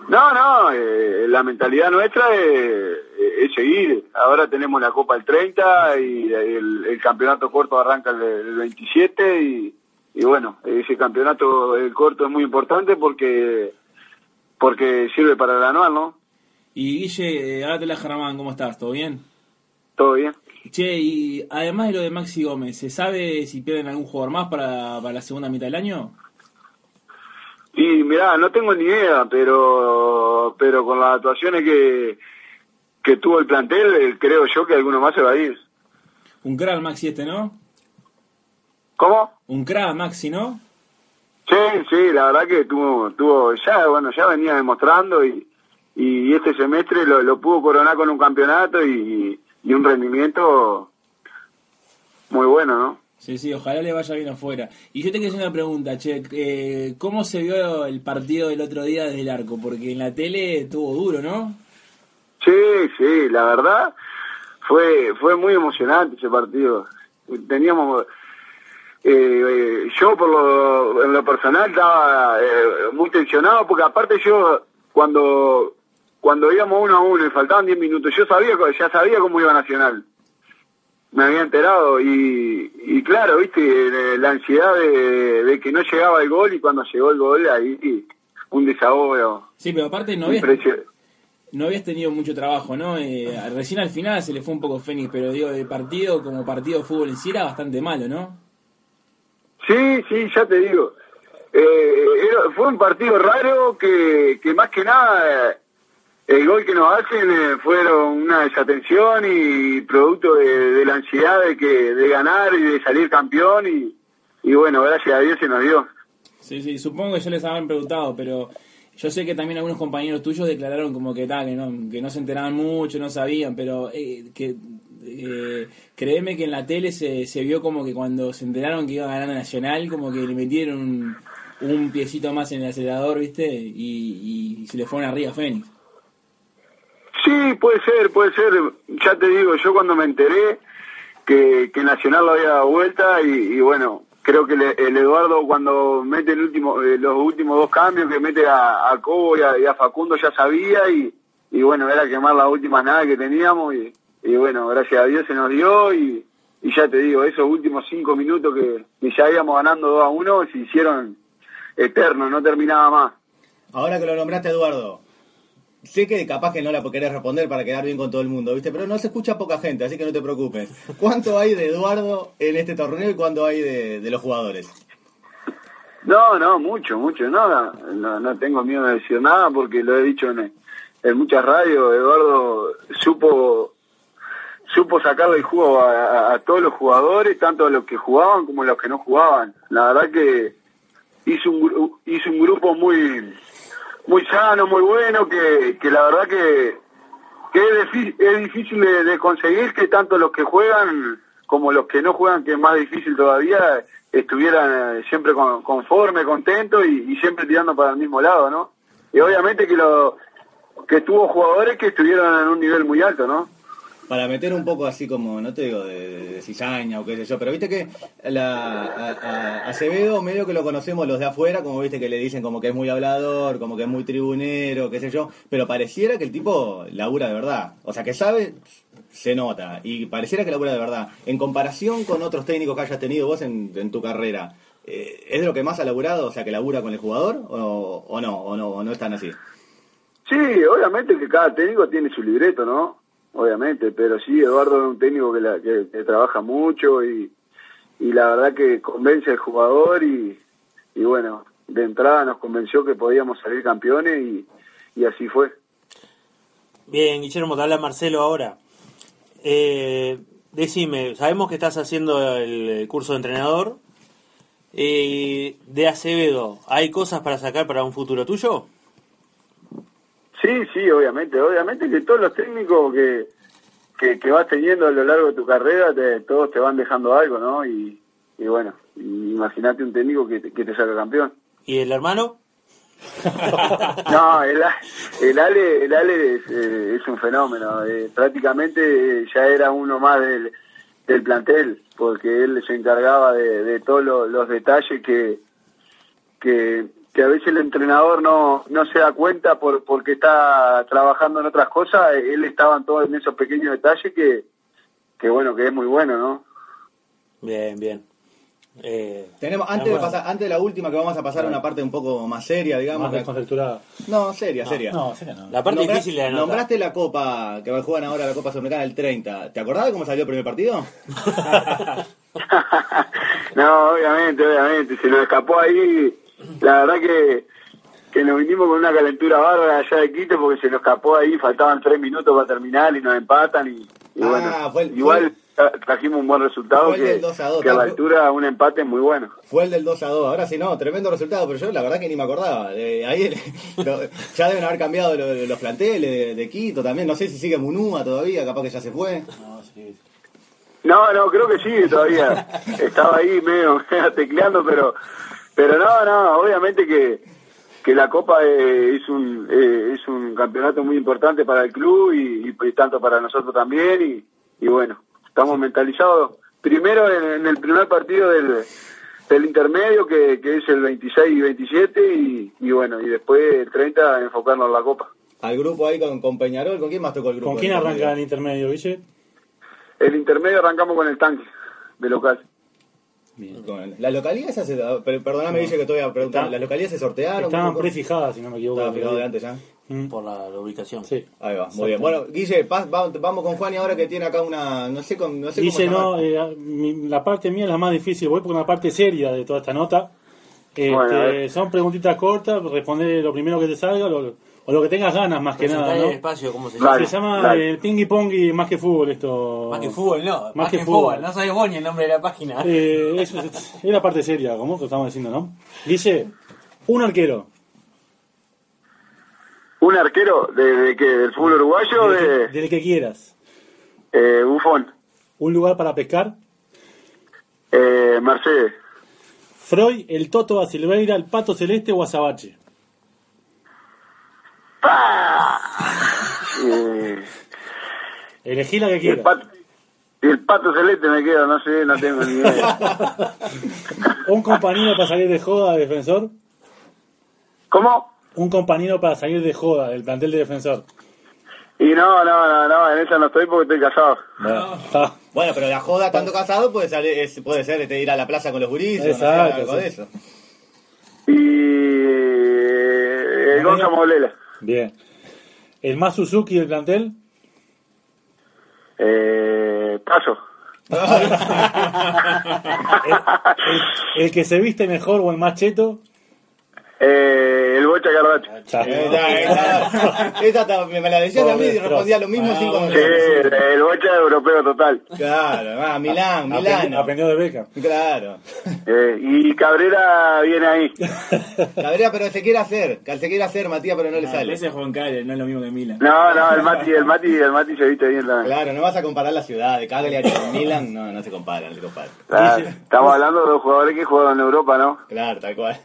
Speaker 9: No, no, eh, la mentalidad nuestra es, es seguir. Ahora tenemos la Copa el 30 y el, el campeonato corto arranca el, el 27 y, y bueno, ese campeonato el corto es muy importante porque porque sirve para el anual, ¿no?
Speaker 4: Y Guille, eh, Átela Germán, ¿cómo estás? ¿Todo bien?
Speaker 9: Todo bien.
Speaker 4: Che, y además de lo de Maxi Gómez, ¿se sabe si pierden algún jugador más para, para la segunda mitad del año?
Speaker 9: Y mirá, no tengo ni idea, pero pero con las actuaciones que, que tuvo el plantel, eh, creo yo que alguno más se va a ir.
Speaker 4: Un crack Maxi este, ¿no?
Speaker 9: ¿Cómo?
Speaker 4: Un crack Maxi, ¿no?
Speaker 9: Sí, sí, la verdad que tuvo, tuvo ya, bueno, ya venía demostrando y, y este semestre lo, lo pudo coronar con un campeonato y, y un rendimiento muy bueno, ¿no?
Speaker 4: Sí, sí, ojalá le vaya bien afuera. Y yo te quiero hacer una pregunta, che, eh, ¿cómo se vio el partido del otro día desde el arco? Porque en la tele estuvo duro, ¿no?
Speaker 9: Sí, sí, la verdad fue fue muy emocionante ese partido. Teníamos eh, eh, yo por lo, en lo personal estaba eh, muy tensionado porque aparte yo cuando cuando íbamos uno a uno y faltaban 10 minutos, yo sabía co- ya sabía cómo iba Nacional. Me había enterado y, y claro, viste, eh, la ansiedad de, de que no llegaba el gol y cuando llegó el gol ahí un desahogo.
Speaker 4: Sí, pero aparte no habías,
Speaker 9: impresionante.
Speaker 4: no habías tenido mucho trabajo, ¿no? Eh, recién al final se le fue un poco Fénix, pero digo, de partido como partido de fútbol en sí era bastante malo, ¿no?
Speaker 9: Sí, sí, ya te digo. Eh, era- fue un partido raro que, que más que nada eh, el gol que nos hacen eh, fueron una desatención y producto de, de la ansiedad de que de ganar y de salir campeón y, y bueno, gracias a Dios se nos dio.
Speaker 4: Sí, sí, supongo que ya les habrán preguntado, pero yo sé que también algunos compañeros tuyos declararon como que tal, que no, que no se enteraban mucho, no sabían, pero eh, que eh, créeme que en la tele se, se vio como que cuando se enteraron que iba a ganar Nacional, como que le metieron un, un piecito más en el acelerador, ¿viste? Y, y se le fueron arriba a Fénix.
Speaker 9: Sí, puede ser, puede ser. Ya te digo, yo cuando me enteré que, que Nacional lo había dado vuelta y, y bueno, creo que le- el Eduardo cuando mete el último, eh, los últimos dos cambios que mete a, a Cobo y a, y a Facundo ya sabía y, y bueno, era quemar las últimas nada que teníamos y, y bueno, gracias a Dios se nos dio y, y ya te digo, esos últimos cinco minutos que, que ya íbamos ganando 2 a 1 se hicieron eternos, no terminaba más.
Speaker 2: Ahora que lo nombraste, Eduardo, sé que capaz que no la querés responder para quedar bien con todo el mundo, ¿viste? Pero no se escucha poca gente, así que no te preocupes. ¿Cuánto hay de Eduardo en este torneo y cuánto hay de, de los jugadores?
Speaker 9: No, no, mucho, mucho, nada. No, no tengo miedo de decir nada porque lo he dicho en, en muchas radios. Eduardo supo supo sacarle el jugo a, a- a todos los jugadores, tanto a los que jugaban como a los que no jugaban. La verdad que hizo un, gru- hizo un grupo muy muy sano, muy bueno, que, que la verdad que, que es, difi- es difícil de, de conseguir que tanto los que juegan como los que no juegan, que es más difícil todavía, estuvieran eh, siempre con, conforme, contentos y, y siempre tirando para el mismo lado, ¿no? Y obviamente que lo que tuvo jugadores que estuvieron en un nivel muy alto, ¿no?
Speaker 2: para meter un poco así como, no te digo de, de cizaña o qué sé yo, pero viste que la, a, a- Acevedo medio que lo conocemos los de afuera, como viste que le dicen como que es muy hablador, como que es muy tribunero, qué sé yo, pero pareciera que el tipo labura de verdad, o sea que sabe, se nota, y pareciera que labura de verdad. En comparación con otros técnicos que hayas tenido vos en, en tu carrera, eh, ¿es de lo que más ha laburado, o sea que labura con el jugador, o, o no, o no, o no es tan así?
Speaker 9: Sí, obviamente que cada técnico tiene su libreto, ¿no? Obviamente, pero sí, Eduardo es un técnico que, la- que- que trabaja mucho y, y la verdad que convence al jugador y, y bueno, de entrada nos convenció que podíamos salir campeones y, y así fue.
Speaker 8: Bien, Guillermo, te habla Marcelo ahora. Eh, decime, sabemos que estás haciendo el curso de entrenador. Eh, de Acevedo, ¿hay cosas para sacar para un futuro tuyo?
Speaker 9: Sí, sí, obviamente. Obviamente que todos los técnicos que, que, que vas teniendo a lo largo de tu carrera, te- todos te van dejando algo, ¿no? Y, y bueno, y imagínate un técnico que, te- que te saca campeón.
Speaker 8: ¿Y el hermano?
Speaker 9: No, el, A- el Ale, el Ale es, eh, es un fenómeno. eh, prácticamente eh, ya era uno más del, del plantel, porque él se encargaba de, de todos lo- los detalles que, que, que a veces el entrenador no, no se da cuenta por, porque está trabajando en otras cosas. Él estaba en todos en esos pequeños detalles que, que bueno, que es muy bueno, ¿no?
Speaker 8: Bien, bien. Eh,
Speaker 2: Tenemos,
Speaker 8: está
Speaker 2: antes de,
Speaker 8: bueno.
Speaker 2: pasar, antes de la última que vamos a pasar a una parte un poco más seria, digamos.
Speaker 6: Más
Speaker 2: la-
Speaker 6: desconcepturada.
Speaker 2: No, seria, seria.
Speaker 6: No, seria no.
Speaker 8: La parte
Speaker 2: Nombra-
Speaker 8: difícil de la nota.
Speaker 2: Nombraste la copa que juegan ahora, la Copa Sudamericana del 30. ¿Te acordás de cómo salió el primer partido?
Speaker 9: No, obviamente, obviamente, se nos escapó ahí. La verdad que, que nos vinimos con una calentura bárbara allá de Quito porque se nos escapó ahí, faltaban tres minutos para terminar y nos empatan y, y
Speaker 2: Ah,
Speaker 9: bueno,
Speaker 2: fue el-
Speaker 9: igual tra- trajimos un buen resultado
Speaker 2: fue el
Speaker 9: que,
Speaker 2: del 2 a 2,
Speaker 9: que a la
Speaker 2: ¿no?
Speaker 9: altura un empate es muy bueno.
Speaker 2: Fue el del 2 a 2. Ahora sí, no, tremendo resultado, pero yo la verdad que ni me acordaba. Eh, ahí el- lo- ya deben haber cambiado lo- los planteles de, de Quito también. No sé si sigue Munúa todavía, capaz que ya se fue.
Speaker 9: No, no, creo que sigue todavía. Estaba ahí medio, medio tecleando, pero pero no, no, obviamente que, que la Copa eh, es un eh, es un campeonato muy importante para el club y, y- y tanto para nosotros también y, y bueno, estamos mentalizados primero en, en el primer partido del, del intermedio que, que es el 26 y 27 y, y bueno, y después el 30 enfocarnos en la Copa.
Speaker 2: Al grupo ahí con, con Peñarol, ¿con quién más tocó el grupo?
Speaker 6: ¿Con quién
Speaker 2: El
Speaker 6: arranca
Speaker 2: intermedio?
Speaker 6: el intermedio, Guille?
Speaker 9: El intermedio arrancamos con el tanque de local.
Speaker 2: Con- Las localidades, se, per- perdóname,
Speaker 6: No.
Speaker 2: Guille, que estoy a preguntar.
Speaker 6: Está-
Speaker 2: ¿Las localidades se sortearon?
Speaker 6: Estaban
Speaker 2: ¿Cómo-
Speaker 6: prefijadas, si no me equivoco.
Speaker 2: Estaba fijado de antes ya.
Speaker 6: Mm,
Speaker 8: Por la, la ubicación.
Speaker 6: Sí.
Speaker 2: Ahí va, muy bien. Bueno, Guille, pas- va- vamos con Juan y ahora que tiene acá una. No sé, con, no sé
Speaker 6: Dice,
Speaker 2: cómo.
Speaker 6: no, eh, mi- la parte mía es la más difícil, voy por una parte seria de toda esta nota. Este,
Speaker 9: Bueno, a ver.
Speaker 6: son preguntitas cortas, responder lo primero que te salga lo- o lo que tengas ganas más que
Speaker 8: Presentar
Speaker 6: nada.
Speaker 8: el
Speaker 6: ¿no?
Speaker 8: espacio, ¿cómo se llama?
Speaker 9: Dale.
Speaker 6: Se llama
Speaker 9: Dale.
Speaker 6: eh, el pingui pongui más que fútbol esto.
Speaker 3: Más que fútbol, no. Más,
Speaker 6: que
Speaker 3: que, fútbol.
Speaker 6: fútbol.
Speaker 3: No sabés vos ni el nombre de la página.
Speaker 6: Eh, eso es, es la parte seria, como que estamos diciendo, ¿no? Dice, un arquero.
Speaker 9: ¿Un arquero de, de qué? ¿Del fútbol uruguayo? o
Speaker 6: del,
Speaker 9: De,
Speaker 6: que, del que quieras.
Speaker 9: eh, Bufón,
Speaker 6: Un lugar para pescar.
Speaker 9: eh, Mercedes,
Speaker 6: Freud, el Toto a Silveira, el Pato Celeste o Azabache.
Speaker 9: Ah. eh,
Speaker 6: Elegí la que
Speaker 9: y, el
Speaker 6: quieras.
Speaker 9: pato, y el pato celeste me quedo, no sé, no tengo ni idea.
Speaker 6: Un compañero para salir de joda, defensor.
Speaker 9: ¿Cómo?
Speaker 6: Un compañero para salir de joda del plantel de defensor.
Speaker 9: Y no, no, no, no, en esa no estoy porque estoy casado.
Speaker 2: Bueno,
Speaker 6: Ah,
Speaker 2: bueno, pero la joda tanto casado puede ser, es- puede ser este, ir a la plaza con los gurises, no sé,
Speaker 6: Exacto,
Speaker 2: algo
Speaker 6: sí.
Speaker 2: de eso.
Speaker 9: Y eh, el Gonza Molela,
Speaker 6: bien. El más Suzuki del plantel.
Speaker 9: eh, paso.
Speaker 6: El, el que se viste mejor o el más cheto.
Speaker 9: Eh, el Bocha Cardache.
Speaker 6: Ya.
Speaker 2: Eh, Esa, esa, esa ta- me la decías a mí y
Speaker 6: Pobre
Speaker 2: respondía lo mismo
Speaker 6: Trost.
Speaker 2: cinco
Speaker 6: Ah,
Speaker 9: Sí,
Speaker 2: minutos.
Speaker 9: el, Eh, el Bocha europeo total.
Speaker 2: Claro, ah, Milán,
Speaker 6: Aprendi-
Speaker 2: Milán.
Speaker 6: Aprendió de beca.
Speaker 2: Claro.
Speaker 9: Eh, y Cabrera viene ahí.
Speaker 2: La verdad, pero se quiere hacer, se quiere hacer, Matías, pero no le
Speaker 4: Ah,
Speaker 2: sale.
Speaker 4: Ese es Juan Cale, no es lo mismo que Milan.
Speaker 9: No, no, el Mati, el Mati, el Mati se viste bien también.
Speaker 2: Claro, no vas a comparar la ciudad de Cagliari con Milán, no, no se compara, no se compara.
Speaker 9: Claro, Estamos hablando de los jugadores que jugaron en Europa, ¿no?
Speaker 2: Claro, tal cual.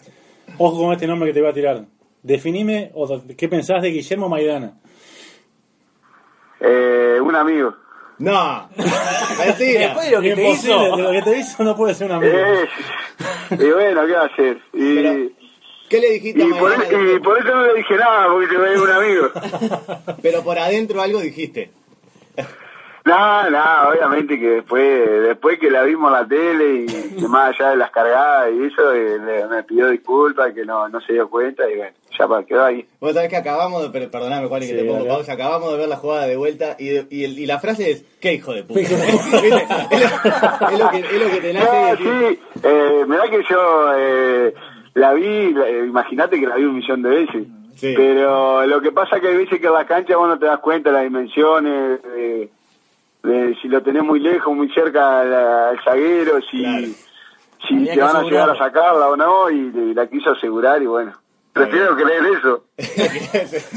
Speaker 6: Ojo con este nombre que te voy a tirar. Definime o do- qué pensás de Guillermo Maidana.
Speaker 9: Eh, un amigo.
Speaker 2: No, mentira.
Speaker 6: Después de lo que te hizo.
Speaker 2: Imposible, de lo
Speaker 6: que te hizo no puede ser un amigo.
Speaker 9: Eh, y bueno, ¿qué haces? Y,
Speaker 2: ¿Qué le dijiste a
Speaker 9: y por,
Speaker 2: Maidana
Speaker 9: eso, y por eso no le dije nada, porque te veía un amigo.
Speaker 2: Pero por adentro algo dijiste.
Speaker 9: No, no, obviamente que después, después que la vimos en la tele y que más allá de las cargadas y eso, eh, le- me pidió disculpas, que no, no se dio cuenta y bueno, ya pa- quedó ahí.
Speaker 2: Vos sabés que acabamos de, per- perdóname Juan, que te pongo pausa, acabamos de ver la jugada de vuelta y, de- y, el- y la frase es, ¿qué hijo de puta? ¿Viste? es, lo, es lo que, es lo que te nace
Speaker 9: No,
Speaker 2: decir.
Speaker 9: Ah, sí, eh, mirá que yo eh, la vi, la- eh, imagínate que la vi un millón de veces.
Speaker 2: Sí.
Speaker 9: Pero lo que pasa que hay veces que en la cancha vos no te das cuenta de las dimensiones, de, de si lo tenés muy lejos, muy cerca al, al zaguero, si, si
Speaker 2: Había
Speaker 9: te
Speaker 2: que
Speaker 9: van a llegar a
Speaker 2: asegurarlo.
Speaker 9: sacarla o no, y, y la quiso asegurar y bueno. Prefiero creer eso.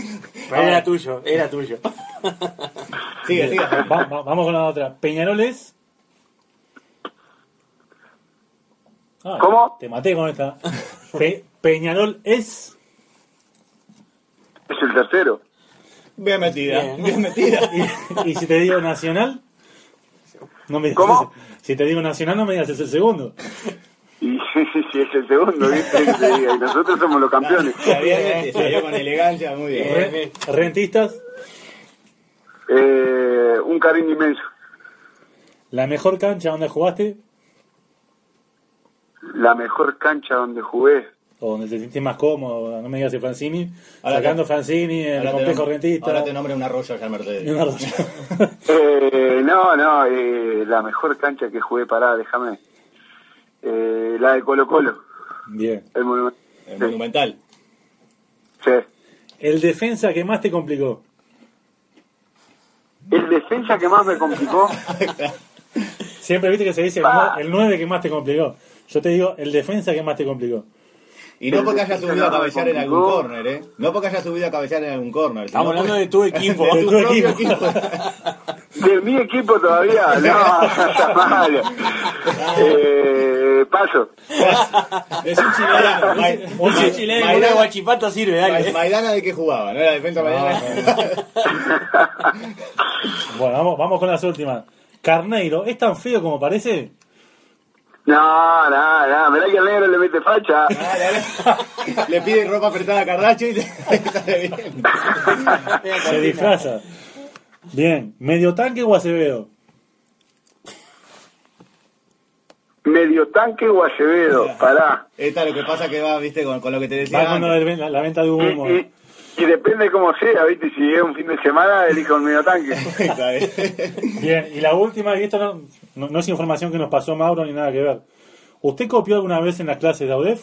Speaker 8: Era tuyo, era tuyo.
Speaker 2: Sigue, sigue.
Speaker 6: Va- va- vamos con la otra. Peñarol es. Ah,
Speaker 9: ¿Cómo?
Speaker 6: Te maté con esta. Pe- Peñarol es.
Speaker 9: Es el tercero.
Speaker 2: Bien metida, bien, metida.
Speaker 6: Y, y si te digo Nacional. No me digas
Speaker 9: ¿Cómo?
Speaker 6: ese- si te digo Nacional, no me digas es el segundo.
Speaker 9: Y si es el segundo, ¿viste? Que te diga, Y nosotros somos los campeones.
Speaker 2: Sabía que salió con elegancia, muy bien.
Speaker 6: Re- rentistas,
Speaker 9: Eh, un cariño inmenso.
Speaker 6: la mejor cancha donde jugaste
Speaker 9: La mejor cancha donde jugué.
Speaker 6: o donde te sentís más cómodo. No me digas el Francini.
Speaker 2: Ahora
Speaker 6: sacando
Speaker 2: te-
Speaker 6: Francini, el
Speaker 2: Ahora te,
Speaker 6: complejo
Speaker 2: nombro-
Speaker 6: rentista.
Speaker 2: ahora te nombro un arroyo allá en Mercedes.
Speaker 6: Leonardo Chávez.
Speaker 9: Eh, no, no, eh, la mejor cancha que jugué, pará, déjame. Eh, la de Colo Colo,
Speaker 6: Bien.
Speaker 9: el monumento.
Speaker 2: El Monumental.
Speaker 9: Sí.
Speaker 6: El defensa que más te complicó.
Speaker 9: El defensa que más me complicó,
Speaker 6: Siempre viste que se dice el nue- el 9 que más te complicó. Yo te digo, el defensa que más te complicó.
Speaker 2: Y no porque haya
Speaker 9: Sí,
Speaker 2: subido a
Speaker 9: no,
Speaker 2: cabecear en
Speaker 9: complicó.
Speaker 2: algún córner, ¿eh? No porque haya subido a cabecear en algún córner.
Speaker 8: Estamos hablando de tu equipo.
Speaker 6: De tu
Speaker 2: propio
Speaker 6: equipo.
Speaker 9: de mi equipo todavía, no, ya mal. Eh, paso.
Speaker 4: Es un chileno.
Speaker 2: Mai-
Speaker 4: Un
Speaker 2: Mai-
Speaker 4: chileno,
Speaker 2: Maidana-
Speaker 8: Una guachipata sirve,
Speaker 2: Ma-
Speaker 8: dale.
Speaker 2: Maidana de qué jugaba, ¿no era defensa Maidana?
Speaker 6: Bueno, vamos, vamos con las últimas. Carneiro, ¿es tan feo como parece?
Speaker 9: No, no, no, mirá que el negro le mete facha.
Speaker 2: Le pide ropa apretada a Cardacho y sale bien.
Speaker 6: Se disfraza. Bien, ¿medio tanque o Acevedo?
Speaker 9: Medio tanque o Acevedo, pará.
Speaker 2: Esta lo que pasa que va, viste, con, con lo que te decía.
Speaker 6: Va con lo
Speaker 2: antes.
Speaker 6: del- la, la venta de
Speaker 9: Y,
Speaker 6: humo.
Speaker 2: Mm,
Speaker 9: y- y depende cómo sea, viste, si es un fin de semana, elijo el medio tanque.
Speaker 2: Está bien.
Speaker 6: Bien, y la última, y esto no, no- no es información que nos pasó Mauro ni nada que ver. ¿Usted copió alguna vez en las clases de AUDEF?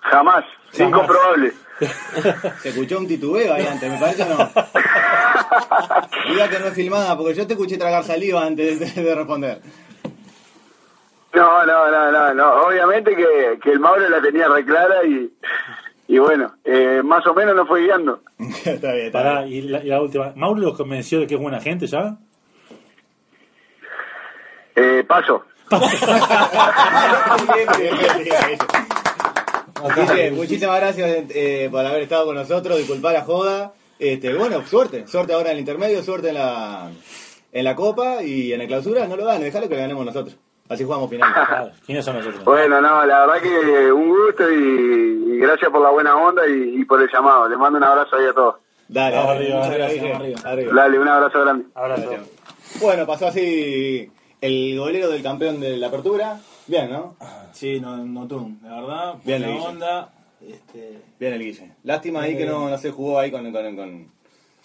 Speaker 9: Jamás, incomprobable.
Speaker 2: Se escuchó un titubeo ahí antes, me parece o no. Mira que no es filmada, porque yo te escuché tragar saliva antes de, de responder.
Speaker 9: No, no, no, no, no. Obviamente que, que el Mauro la tenía reclara y, y bueno, eh, más o menos nos fue guiando.
Speaker 2: está bien, está bien.
Speaker 6: Pará, y la, y la última. ¿Mauro los convenció de que es buena gente ya?
Speaker 9: Eh, paso.
Speaker 2: Bien, bien, bien, bien, bien. Guille, muchísimas gracias eh, por haber estado con nosotros, disculpa la joda. Este, bueno, suerte, suerte ahora en el intermedio, suerte en la, en la copa y en la clausura, no lo dan, dejalo que lo ganemos nosotros. Así jugamos final.
Speaker 6: Ah, ¿Quiénes son nosotros?
Speaker 9: Bueno, no, la verdad que un gusto y, y gracias por la buena onda y, y por el llamado. Les mando un abrazo ahí a todos.
Speaker 2: Dale,
Speaker 6: Vamos
Speaker 2: dale,
Speaker 6: arriba,
Speaker 2: muchas
Speaker 6: arriba,
Speaker 2: gracias,
Speaker 4: vamos
Speaker 2: Guille. Arriba.
Speaker 9: Dale, un abrazo grande.
Speaker 8: Abrazo.
Speaker 2: Bueno, pasó así el golero del campeón de la apertura. Bien, ¿no?
Speaker 4: Sí, no, no tú, la verdad.
Speaker 2: Bien,
Speaker 4: buena
Speaker 2: le dije.
Speaker 4: onda. Este,
Speaker 2: Bien el Guille. Lástima ahí que no, no se jugó ahí con... con, con-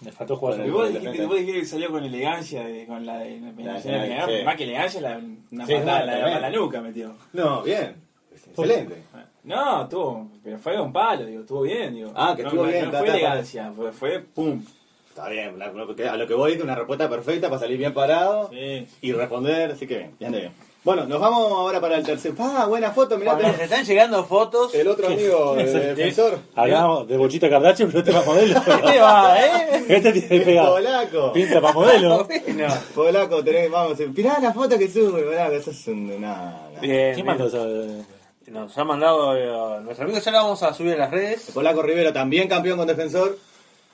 Speaker 6: Me faltó jugar.
Speaker 4: y vos dijiste, vos dijiste que salió con elegancia, de- con la de la
Speaker 2: de-
Speaker 4: Peñarol,
Speaker 2: sí.
Speaker 4: Más que elegancia, la, una
Speaker 2: Sí,
Speaker 4: patada,
Speaker 2: no,
Speaker 4: la,
Speaker 2: tremendo.
Speaker 4: la, la nuca metió.
Speaker 2: No, bien. Excelente.
Speaker 4: No, estuvo, pero fue con palo, digo, estuvo bien, digo.
Speaker 2: Ah, que
Speaker 4: no,
Speaker 2: estuvo
Speaker 4: no-
Speaker 2: bien,
Speaker 4: no
Speaker 2: ta,
Speaker 4: fue
Speaker 2: ta, ta.
Speaker 4: elegancia, fue, fue pum.
Speaker 2: Está bien, la- lo que- a lo que voy es una respuesta perfecta para salir bien parado
Speaker 4: Sí.
Speaker 2: y responder, así que bien, ya ande bien. Bueno, nos vamos ahora para el tercer. ¡Ah, buena foto! Mirá,
Speaker 3: Nos
Speaker 2: tenemos
Speaker 3: están llegando fotos.
Speaker 2: el otro amigo el Eh, defensor.
Speaker 6: Hablábamos de Bochita Cardache, pero este es para modelo.
Speaker 3: Este va, ¿eh?
Speaker 6: este tiene pegado.
Speaker 2: Polaco.
Speaker 6: Pinta para modelo.
Speaker 2: Polaco, tenés, vamos, mirá la foto que sube, polaco, eso es un... nada, nada.
Speaker 8: Bien,
Speaker 6: ¿Quién
Speaker 8: bien.
Speaker 6: mandó esa? eh,
Speaker 8: Nos ha mandado eh, a nuestro amigo, ya la vamos a subir a las redes.
Speaker 2: Polaco Rivero también campeón con defensor.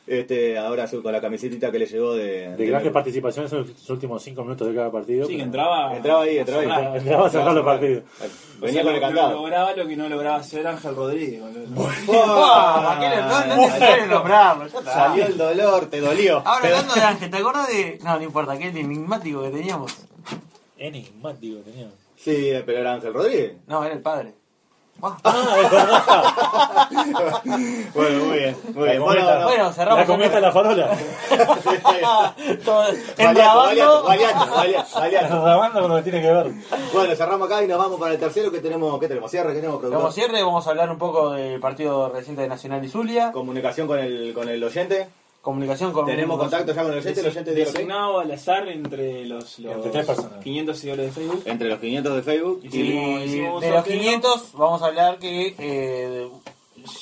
Speaker 2: este, ahora su- con la camisetita que le llegó de...
Speaker 6: De grandes participaciones en los últimos 5 minutos de cada partido.
Speaker 4: Sí, que
Speaker 6: pero-
Speaker 4: entraba.
Speaker 2: Entraba ahí, entraba ahí.
Speaker 6: Entraba- Entraba a cerrar los partidos.
Speaker 2: Venía
Speaker 4: O sea,
Speaker 2: con el
Speaker 4: lo- lo-
Speaker 2: candado. ¡Oh!
Speaker 4: Lograba lo que no lograba hacer Ángel Rodríguez. boludo.
Speaker 3: ¡Pah! ¿Qué le- no, Ah, no Ah. es necesario nombrarlo, ya está.
Speaker 2: Ah. Salió el dolor, te dolió.
Speaker 3: Ahora
Speaker 2: Te do-
Speaker 3: hablando de Ángel, ¿te acordás de.? No, no importa, aquel enigmático que teníamos.
Speaker 6: Enigmático tenía.
Speaker 2: Sí, pero era Ángel Rodríguez.
Speaker 3: No, era el padre. Buah.
Speaker 2: Ah,
Speaker 6: Ah,
Speaker 2: Bueno, muy bien, muy bien. Bueno,
Speaker 6: La cometa,
Speaker 2: bueno,
Speaker 3: bueno, cerramos.
Speaker 6: La cometa la farola.
Speaker 2: este.
Speaker 3: Todo-
Speaker 2: Baleando,
Speaker 3: Engrabando.
Speaker 2: baleando, baleando, baleando.
Speaker 6: Grabando con lo que tiene que ver.
Speaker 2: Bueno, cerramos acá y nos vamos para el tercero que tenemos, ¿qué tenemos? Cierre, ¿qué tenemos, productor?
Speaker 3: Como cierre, vamos a hablar un poco del partido reciente de Nacional y Zulia.
Speaker 2: Comunicación con el, con el oyente.
Speaker 3: Comunicación con.
Speaker 2: Tenemos contacto ya con el oyente, Este el oyente dice ok.
Speaker 4: Designado al azar entre los, los
Speaker 6: Entre tres personas.
Speaker 4: 500 seguidores de Facebook.
Speaker 2: Entre los 500 de Facebook
Speaker 4: Y
Speaker 2: y,
Speaker 4: sí.
Speaker 3: Y
Speaker 4: Hicimos un
Speaker 3: de los
Speaker 4: sorteo.
Speaker 3: 500, vamos a hablar que eh,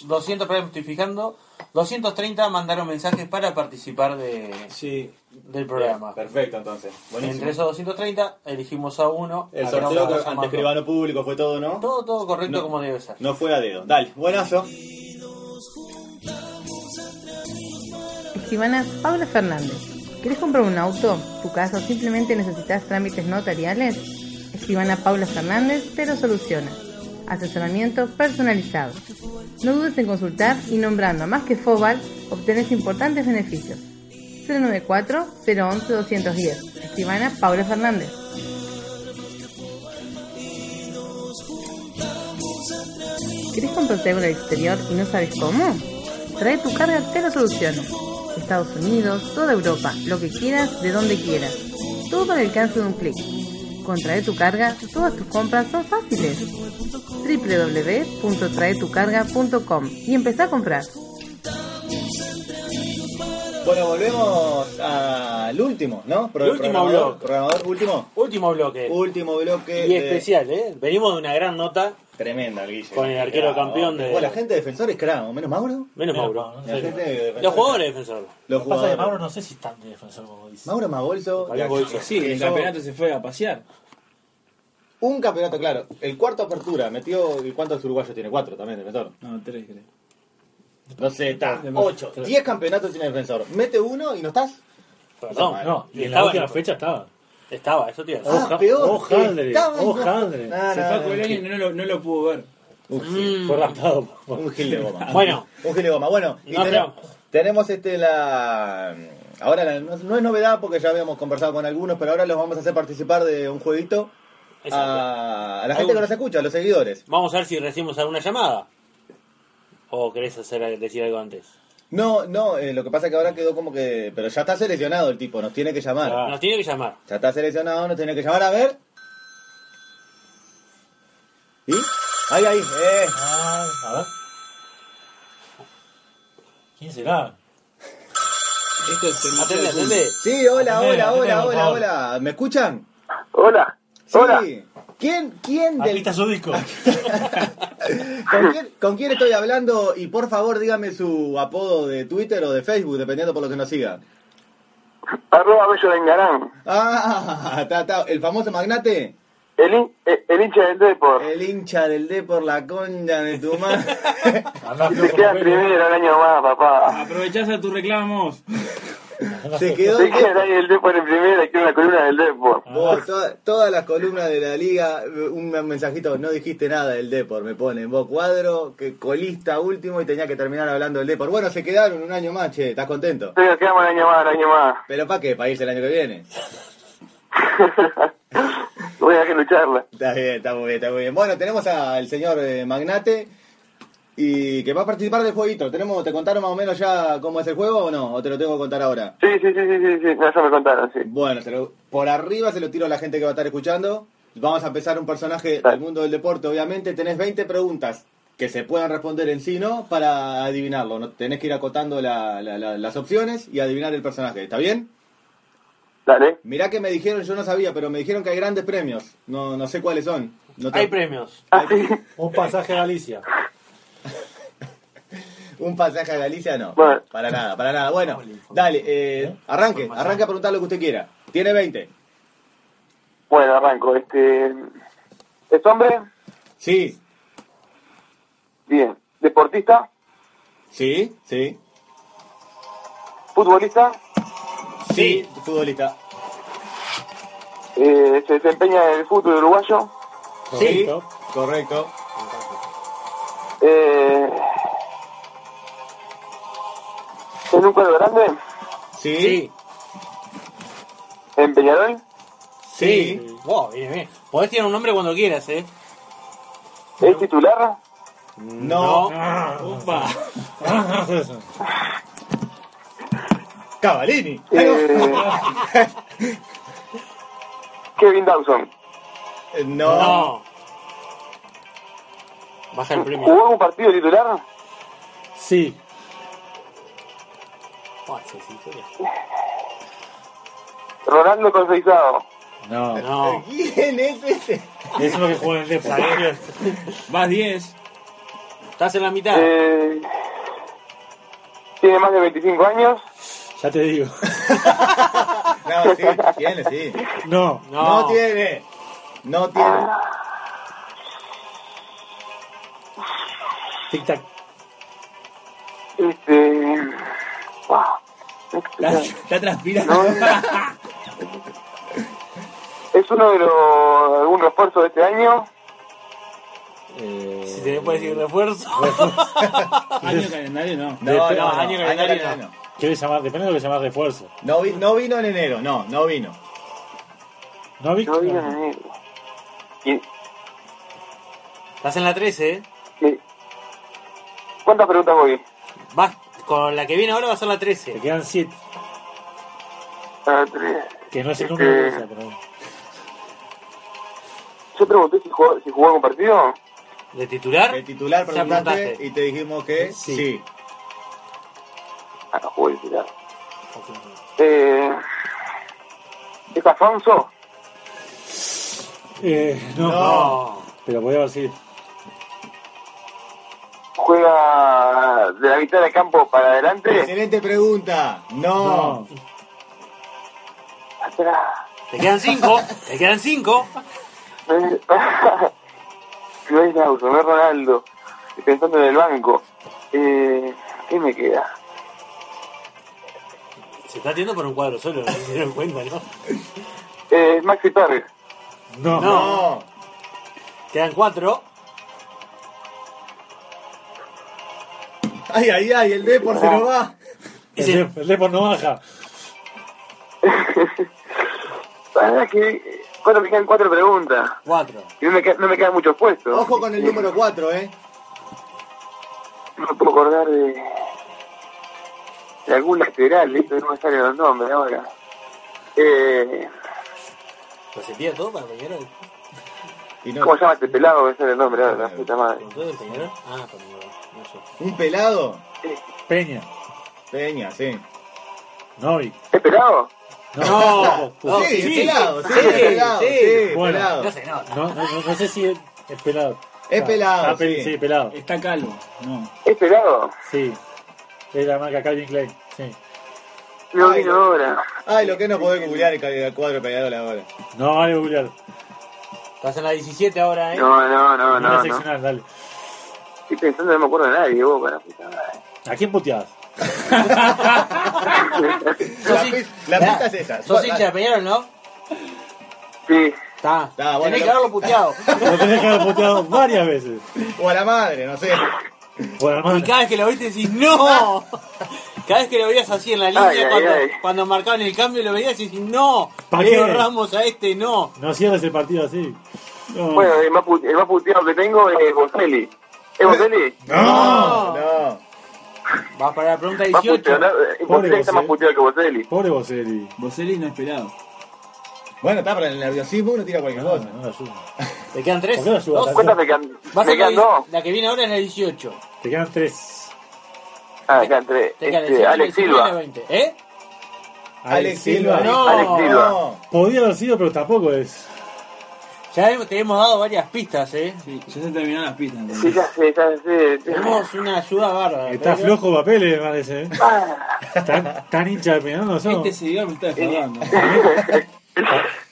Speaker 3: 200, perdón, estoy fijando, 230 mandaron mensajes para participar de,
Speaker 4: Sí.
Speaker 3: del programa.
Speaker 2: Perfecto, entonces. Buenísimo.
Speaker 3: Entre esos 230 elegimos a uno.
Speaker 2: El
Speaker 3: al que
Speaker 2: sorteo
Speaker 3: vamos
Speaker 2: que
Speaker 3: a llamar.
Speaker 2: ante escribano público fue todo, ¿no?
Speaker 3: Todo, todo correcto
Speaker 2: No.
Speaker 3: como debe ser.
Speaker 2: No fue a dedo. Dale, buenazo.
Speaker 7: Estimada Paula Fernández, ¿quieres comprar un auto, tu casa o simplemente necesitas trámites notariales? Estimada Paula Fernández te lo soluciona. Asesoramiento personalizado. No dudes en consultar y nombrando a más que Fobal obtienes importantes beneficios. 094-011-210. Estimada Paula Fernández. ¿Querés comprarte algo en el exterior y no sabes cómo? Trae tu carga, te lo soluciono. Estados Unidos, toda Europa, lo que quieras, de donde quieras. Todo al alcance de un clic. Con Trae tu carga, todas tus compras son fáciles. www.traetucarga.com y empezá a comprar.
Speaker 2: Bueno, volvemos al último, ¿no? Pro-
Speaker 8: El último
Speaker 2: programador,
Speaker 8: bloque.
Speaker 2: Programador, último.
Speaker 8: Último bloque.
Speaker 2: Último bloque.
Speaker 8: Y
Speaker 2: de-
Speaker 8: especial, ¿eh? Venimos de una gran nota.
Speaker 2: Tremenda, Guille.
Speaker 8: Con el arquero campeón de-
Speaker 2: Bueno, la gente de defensor es cravo, menos Mauro.
Speaker 8: Menos
Speaker 6: Menos
Speaker 8: Mauro.
Speaker 6: Mauro, no
Speaker 2: La
Speaker 6: sé.
Speaker 2: gente de Defensor
Speaker 8: Los
Speaker 2: es
Speaker 8: jugadores defensor.
Speaker 2: cravo. Los
Speaker 6: Lo que pasa es que
Speaker 2: jugadores.
Speaker 6: Mauro no sé si es tan de defensor como dice.
Speaker 2: Mauro Mabolso.
Speaker 8: Mauro Mabolso.
Speaker 4: Sí, el campeonato se fue a pasear.
Speaker 2: Un campeonato, claro. El cuarto apertura. Metió. ¿y ¿Cuántos uruguayos tiene? Cuatro también, defensor.
Speaker 4: No, tres creo.
Speaker 2: No sé, está.
Speaker 4: De más.
Speaker 2: Ocho. Diez campeonatos tiene defensor. Mete uno y no estás.
Speaker 8: Perdón.
Speaker 2: mal.
Speaker 6: No, y en la
Speaker 8: Estaba
Speaker 6: última
Speaker 8: en-
Speaker 6: fecha estaba.
Speaker 8: Estaba, eso te iba a decir.
Speaker 2: Ah,
Speaker 6: Oja-
Speaker 2: peor.
Speaker 6: ojaldre,
Speaker 2: Estaba en-
Speaker 6: ojaldre.
Speaker 2: No,
Speaker 4: Se
Speaker 2: no,
Speaker 4: fue a
Speaker 2: no.
Speaker 4: Colonia y no lo, no lo pudo ver.
Speaker 2: Uf,
Speaker 6: Fue raptado. por-
Speaker 2: Un gil de goma.
Speaker 8: Bueno.
Speaker 2: Un gil de goma. Bueno, y
Speaker 8: No,
Speaker 2: tene-
Speaker 8: pero-
Speaker 2: tenemos este la. Ahora la- no, no es novedad porque ya habíamos conversado con algunos, pero ahora los vamos a hacer participar de un jueguito
Speaker 8: Exacto.
Speaker 2: a, a la gente que nos escucha, a los seguidores.
Speaker 8: Vamos a ver si recibimos alguna llamada. ¿O querés hacer, decir algo antes?
Speaker 2: No, no, eh, lo que pasa es que ahora quedó como que. Pero ya está seleccionado el tipo, nos tiene que llamar.
Speaker 6: Ah.
Speaker 8: Nos tiene que llamar.
Speaker 2: Ya está seleccionado, nos tiene que llamar a ver. ¿Y? Ahí, ahí, eh.
Speaker 6: Ah, a ver. ¿Quién será?
Speaker 4: Esto es el
Speaker 8: Atende, atende.
Speaker 2: Sí, hola,
Speaker 6: Atendé,
Speaker 2: hola,
Speaker 6: atendé,
Speaker 2: hola,
Speaker 6: por
Speaker 2: hola,
Speaker 6: favor.
Speaker 2: hola. ¿Me escuchan?
Speaker 9: Hola,
Speaker 2: Sí.
Speaker 9: hola.
Speaker 2: ¿Quién, quién
Speaker 6: Aquí
Speaker 2: del
Speaker 6: está su disco.
Speaker 2: ¿Con quién, con quién estoy hablando? Y por favor, dígame su apodo de Twitter o de Facebook, dependiendo por lo que nos siga.
Speaker 9: Arroba Bello de Engarán.
Speaker 2: Ah, está, está, el famoso magnate.
Speaker 9: El, hin- eh, el hincha del Depor.
Speaker 2: El hincha del D por la concha de tu madre.
Speaker 6: Andá
Speaker 9: Se
Speaker 6: flojo,
Speaker 9: queda
Speaker 6: Pepe.
Speaker 9: primero el año más, papá.
Speaker 4: Aprovechás a tus reclamos.
Speaker 2: Se quedó
Speaker 9: Se
Speaker 2: el
Speaker 9: queda el
Speaker 2: Depor.
Speaker 9: año del Depor en primera, quiero una columna del Depor.
Speaker 2: Vos, toda- todas las columnas de la liga, un mensajito, no dijiste nada del Depor, me ponen. Vos cuadro, que colista último y tenía que terminar hablando del Depor. Bueno, se quedaron un año más, che, ¿estás contento?
Speaker 9: Pero quedamos el año más, el año más.
Speaker 2: ¿Pero para qué? ¿Para irse el año que viene?
Speaker 9: Voy a tener que lucharla.
Speaker 2: Está bien, está muy bien, está muy bien. Bueno, tenemos al señor eh, Magnate y que va a participar del jueguito. Tenemos, ¿Te contaron más o menos ya cómo es el juego o no? ¿O te lo tengo que contar ahora?
Speaker 9: Sí, sí, sí, sí, sí, sí. No, ya me contaron, sí.
Speaker 2: Bueno, se lo- por arriba se lo tiro a la gente que va a estar escuchando. Vamos a empezar un personaje
Speaker 9: Dale.
Speaker 2: del mundo del deporte, obviamente. Tenés 20 preguntas que se puedan responder en sí no para adivinarlo. ¿no? Tenés que ir acotando la- la- la- las opciones y adivinar el personaje. ¿Está bien?
Speaker 9: Dale.
Speaker 2: Mirá que me dijeron, yo no sabía, pero me dijeron que hay grandes premios. No, no sé cuáles son. No te-
Speaker 8: Hay premios.
Speaker 9: Ah, sí.
Speaker 6: Un pasaje a Galicia.
Speaker 2: Un pasaje a Galicia no.
Speaker 9: Bueno.
Speaker 2: Para nada, para nada. Bueno, dale, eh, arranque, arranque a preguntar lo que usted quiera. Tiene 20.
Speaker 9: Bueno, arranco. Este, ¿Es hombre?
Speaker 2: Sí,
Speaker 9: Bien. ¿Deportista?
Speaker 2: sí, sí.
Speaker 9: futbolista,
Speaker 2: Sí, futbolista.
Speaker 9: eh, se desempeña en el fútbol uruguayo.
Speaker 2: Correcto. Correcto.
Speaker 9: Eh, ¿En un cuadro grande?
Speaker 2: Sí.
Speaker 9: ¿En Peñarol?
Speaker 3: Sí. Wow, bien, bien. Podés tirar un nombre cuando quieras, ¿eh?
Speaker 9: ¿Es titular?
Speaker 2: No.
Speaker 3: Upa.
Speaker 2: Cavalini.
Speaker 9: Eh. Kevin Dawson.
Speaker 2: No.
Speaker 3: Baja el premio.
Speaker 9: ¿Jugó un partido titular?
Speaker 6: Sí.
Speaker 3: Ah, sí, sí, historia.
Speaker 9: Ronaldo Conceizado.
Speaker 2: No.
Speaker 3: No.
Speaker 2: ¿Quién es ese?
Speaker 6: Es lo que juega en el Depor.
Speaker 3: Zaguero.
Speaker 4: Vas 10.
Speaker 3: Estás en la mitad.
Speaker 9: Eh, ¿Tiene más de 25 años?
Speaker 6: Ya te digo.
Speaker 2: No, sí, tiene, sí.
Speaker 6: No.
Speaker 2: No,
Speaker 3: no.
Speaker 2: tiene. No tiene.
Speaker 6: Tic tac.
Speaker 9: Este. Wow.
Speaker 4: La, la transpira.
Speaker 9: No. ¿Es uno de los. algún refuerzo de este año?
Speaker 3: Si te puedes decir refuerzo.
Speaker 4: Año calendario no.
Speaker 2: No, no,
Speaker 6: Depende-
Speaker 2: no,
Speaker 3: año
Speaker 2: año
Speaker 3: calendario
Speaker 2: calendario no.
Speaker 6: ¿Quieres llamar? Depende de lo que llamás refuerzo.
Speaker 2: No, vi- no vino en enero, no, no vino.
Speaker 6: ¿No viste?
Speaker 9: No digo nadie. ¿Y-
Speaker 3: Estás en la 13, ¿eh?
Speaker 9: y- ¿Cuántas preguntas voy?
Speaker 3: Vas, con la que viene ahora va a ser la
Speaker 6: Te
Speaker 3: 13.
Speaker 6: quedan 7.
Speaker 9: Ah, tres.
Speaker 6: Que no es el número de bolsa, pero.
Speaker 9: Yo pregunté si jugó, si jugó algún partido.
Speaker 3: ¿De titular?
Speaker 2: El titular
Speaker 3: Ya
Speaker 2: preguntaste
Speaker 3: preguntaste.
Speaker 2: y te dijimos que
Speaker 6: Sí.
Speaker 2: sí.
Speaker 9: Ah, no jugó de titular. Eh, ¿Es Alfonso?
Speaker 6: Eh, no,
Speaker 3: No.
Speaker 6: Pero voy a decir.
Speaker 9: ¿Juega de la mitad de campo para adelante?
Speaker 2: Excelente pregunta. No.
Speaker 6: No.
Speaker 9: Atrás.
Speaker 3: Te quedan 5. Te quedan 5.
Speaker 9: No es no es Lauso, no es Ronaldo. Estoy pensando en el banco. Eh, ¿Qué me queda?
Speaker 3: Se está atiendo por un cuadro solo, no se dieron cuenta, ¿no?
Speaker 9: Eh, es Maxi Torres.
Speaker 6: No.
Speaker 3: No. Quedan 4.
Speaker 2: Ay, ay, ay, el Depor se nos va.
Speaker 6: El, Dep- el Depor no baja.
Speaker 9: La verdad que eh, cuatro me quedan cuatro preguntas.
Speaker 3: 4.
Speaker 9: Y no me, queda- no me quedan muchos puestos.
Speaker 2: Ojo con el número 4, ¿eh?
Speaker 9: No me puedo acordar de, de algún lateral, ¿eh? no me salen los nombres ahora. Eh,
Speaker 3: Lo sentía todo para Peñarol.
Speaker 2: Y no,
Speaker 9: ¿Cómo se llama este pelado? Me sale el nombre ahora, la puta madre.
Speaker 3: ¿Con todo el Peñarol? Ah, Peñarol. No sé.
Speaker 2: un pelado.
Speaker 6: Peña.
Speaker 2: Peña, sí.
Speaker 6: Novi.
Speaker 9: ¿Es pelado?
Speaker 3: No.
Speaker 6: No,
Speaker 2: sí,
Speaker 3: sí,
Speaker 2: es pelado, sí,
Speaker 3: sí,
Speaker 2: es pelado,
Speaker 3: sí.
Speaker 2: sí, es
Speaker 6: Bueno.
Speaker 2: pelado.
Speaker 3: No se nota.
Speaker 6: No, no, no, no sé si es, es pelado.
Speaker 2: Es pelado,
Speaker 6: Ah, pe-
Speaker 2: sí.
Speaker 6: sí, pelado.
Speaker 4: Está calvo. No.
Speaker 9: ¿Es pelado?
Speaker 6: Sí. Es la marca Calvin Klein. Sí.
Speaker 9: No
Speaker 2: Ay,
Speaker 9: vino
Speaker 2: no.
Speaker 9: ahora.
Speaker 2: Ay, lo que no podés googlear el ca- el cuadro peleador ahora.
Speaker 6: No, vale, Julián.
Speaker 3: Estás en la 17 ahora, ¿eh?
Speaker 9: No, no, no,
Speaker 6: No,
Speaker 9: no.
Speaker 6: la
Speaker 9: no.
Speaker 6: seccional, dale.
Speaker 9: Estoy pensando, no me acuerdo de nadie, vos, para la puta madre.
Speaker 6: ¿A quién puteabas?
Speaker 3: Sos
Speaker 2: La
Speaker 3: hin-
Speaker 2: pis- la
Speaker 3: Pará,
Speaker 2: pista es esa.
Speaker 3: Sos
Speaker 2: Su-
Speaker 3: hincha de Peñarol, ¿no?
Speaker 9: Sí,
Speaker 3: Está.
Speaker 2: Está, bueno,
Speaker 3: Tenés que
Speaker 2: lo-
Speaker 3: haberlo puteado.
Speaker 6: Lo tenés que haber puteado varias veces.
Speaker 2: O a la madre, no sé.
Speaker 6: Por hermano.
Speaker 3: Y cada vez que lo viste decís, ¡no! Cada vez que lo veías así en la línea,
Speaker 9: Ay, ay,
Speaker 3: cuando,
Speaker 9: ay.
Speaker 3: cuando marcaban el cambio, lo veías y decís, ¡no!
Speaker 6: ¿Pa'
Speaker 3: Leo
Speaker 6: qué?
Speaker 3: Ramos a este, no.
Speaker 6: No cierres el partido así. No.
Speaker 9: Mm. bueno, el más, pu- el más puteado que tengo es Boselli. ¿Es Boselli?
Speaker 2: No, no.
Speaker 3: Vas para la pregunta
Speaker 9: Más
Speaker 3: 18.
Speaker 9: puteado, ¿no? Boselli está más
Speaker 6: Boselli.
Speaker 9: puteado que Boselli.
Speaker 6: Pobre Boselli.
Speaker 4: Boselli no esperado.
Speaker 2: Bueno, está para el nerviosismo, uno tira cualquier
Speaker 6: No,
Speaker 2: cosa.
Speaker 6: no lo ayuda.
Speaker 3: ¿Te quedan tres?
Speaker 6: ¿Por qué no ayudas
Speaker 3: ¿Dos?
Speaker 6: tanto?
Speaker 9: ¿Cuántas me quedan?
Speaker 3: Vas
Speaker 9: Me
Speaker 3: a la,
Speaker 9: quedan dos.
Speaker 3: la que viene ahora es la 18.
Speaker 6: Te quedan tres.
Speaker 9: Ah, acá entre
Speaker 3: Te quedan el
Speaker 9: este,
Speaker 3: 19
Speaker 9: Alex
Speaker 3: y la
Speaker 9: Silva.
Speaker 3: 20. ¿Eh?
Speaker 2: Alex Silva.
Speaker 3: No.
Speaker 9: Alex Silva.
Speaker 2: No.
Speaker 6: Podía haber sido, pero tampoco es.
Speaker 3: Ya hemos- te hemos dado varias pistas, ¿eh?
Speaker 4: Sí, ya se terminaron las pistas. entonces.
Speaker 9: Sí, ya sé, ya sé.
Speaker 3: Tenemos una ayuda bárbara.
Speaker 6: Está
Speaker 3: pero-
Speaker 6: flojo papeles, me parece. ¿eh?
Speaker 9: Ah,
Speaker 6: Tan, tan hincha de Peñarol no son.
Speaker 4: Este seguidor me está defraudando.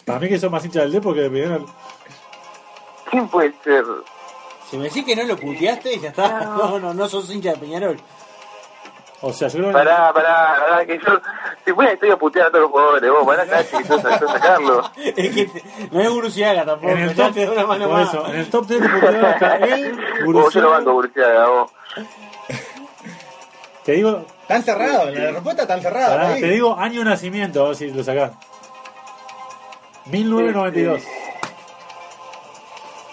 Speaker 6: Para mí que son más hincha del Depor que de Peñarol.
Speaker 9: ¿Quién puede ser?
Speaker 3: Si me decís que no lo puteaste, ya está. No, no, no sos hincha de Peñarol.
Speaker 6: O sea, yo creo que.
Speaker 9: Pará, pará, pará, que yo. Si voy estoy a putear a todos los jugadores, vos, pará, casi, que yo yo sacarlo.
Speaker 3: Es que no es Guruciaga tampoco.
Speaker 6: En el
Speaker 3: ya
Speaker 6: top-
Speaker 3: te da una mano
Speaker 6: por
Speaker 3: más.
Speaker 6: eso, en el top 3 de puteadas está él,
Speaker 9: Vos, yo
Speaker 6: Guruciaga.
Speaker 9: lo banco, Burciaga, vos.
Speaker 6: Te digo.
Speaker 2: Están cerrados, la respuesta está cerrada.
Speaker 6: Pará,
Speaker 2: ahí.
Speaker 6: te digo año de nacimiento, a ver si lo sacás. 1992.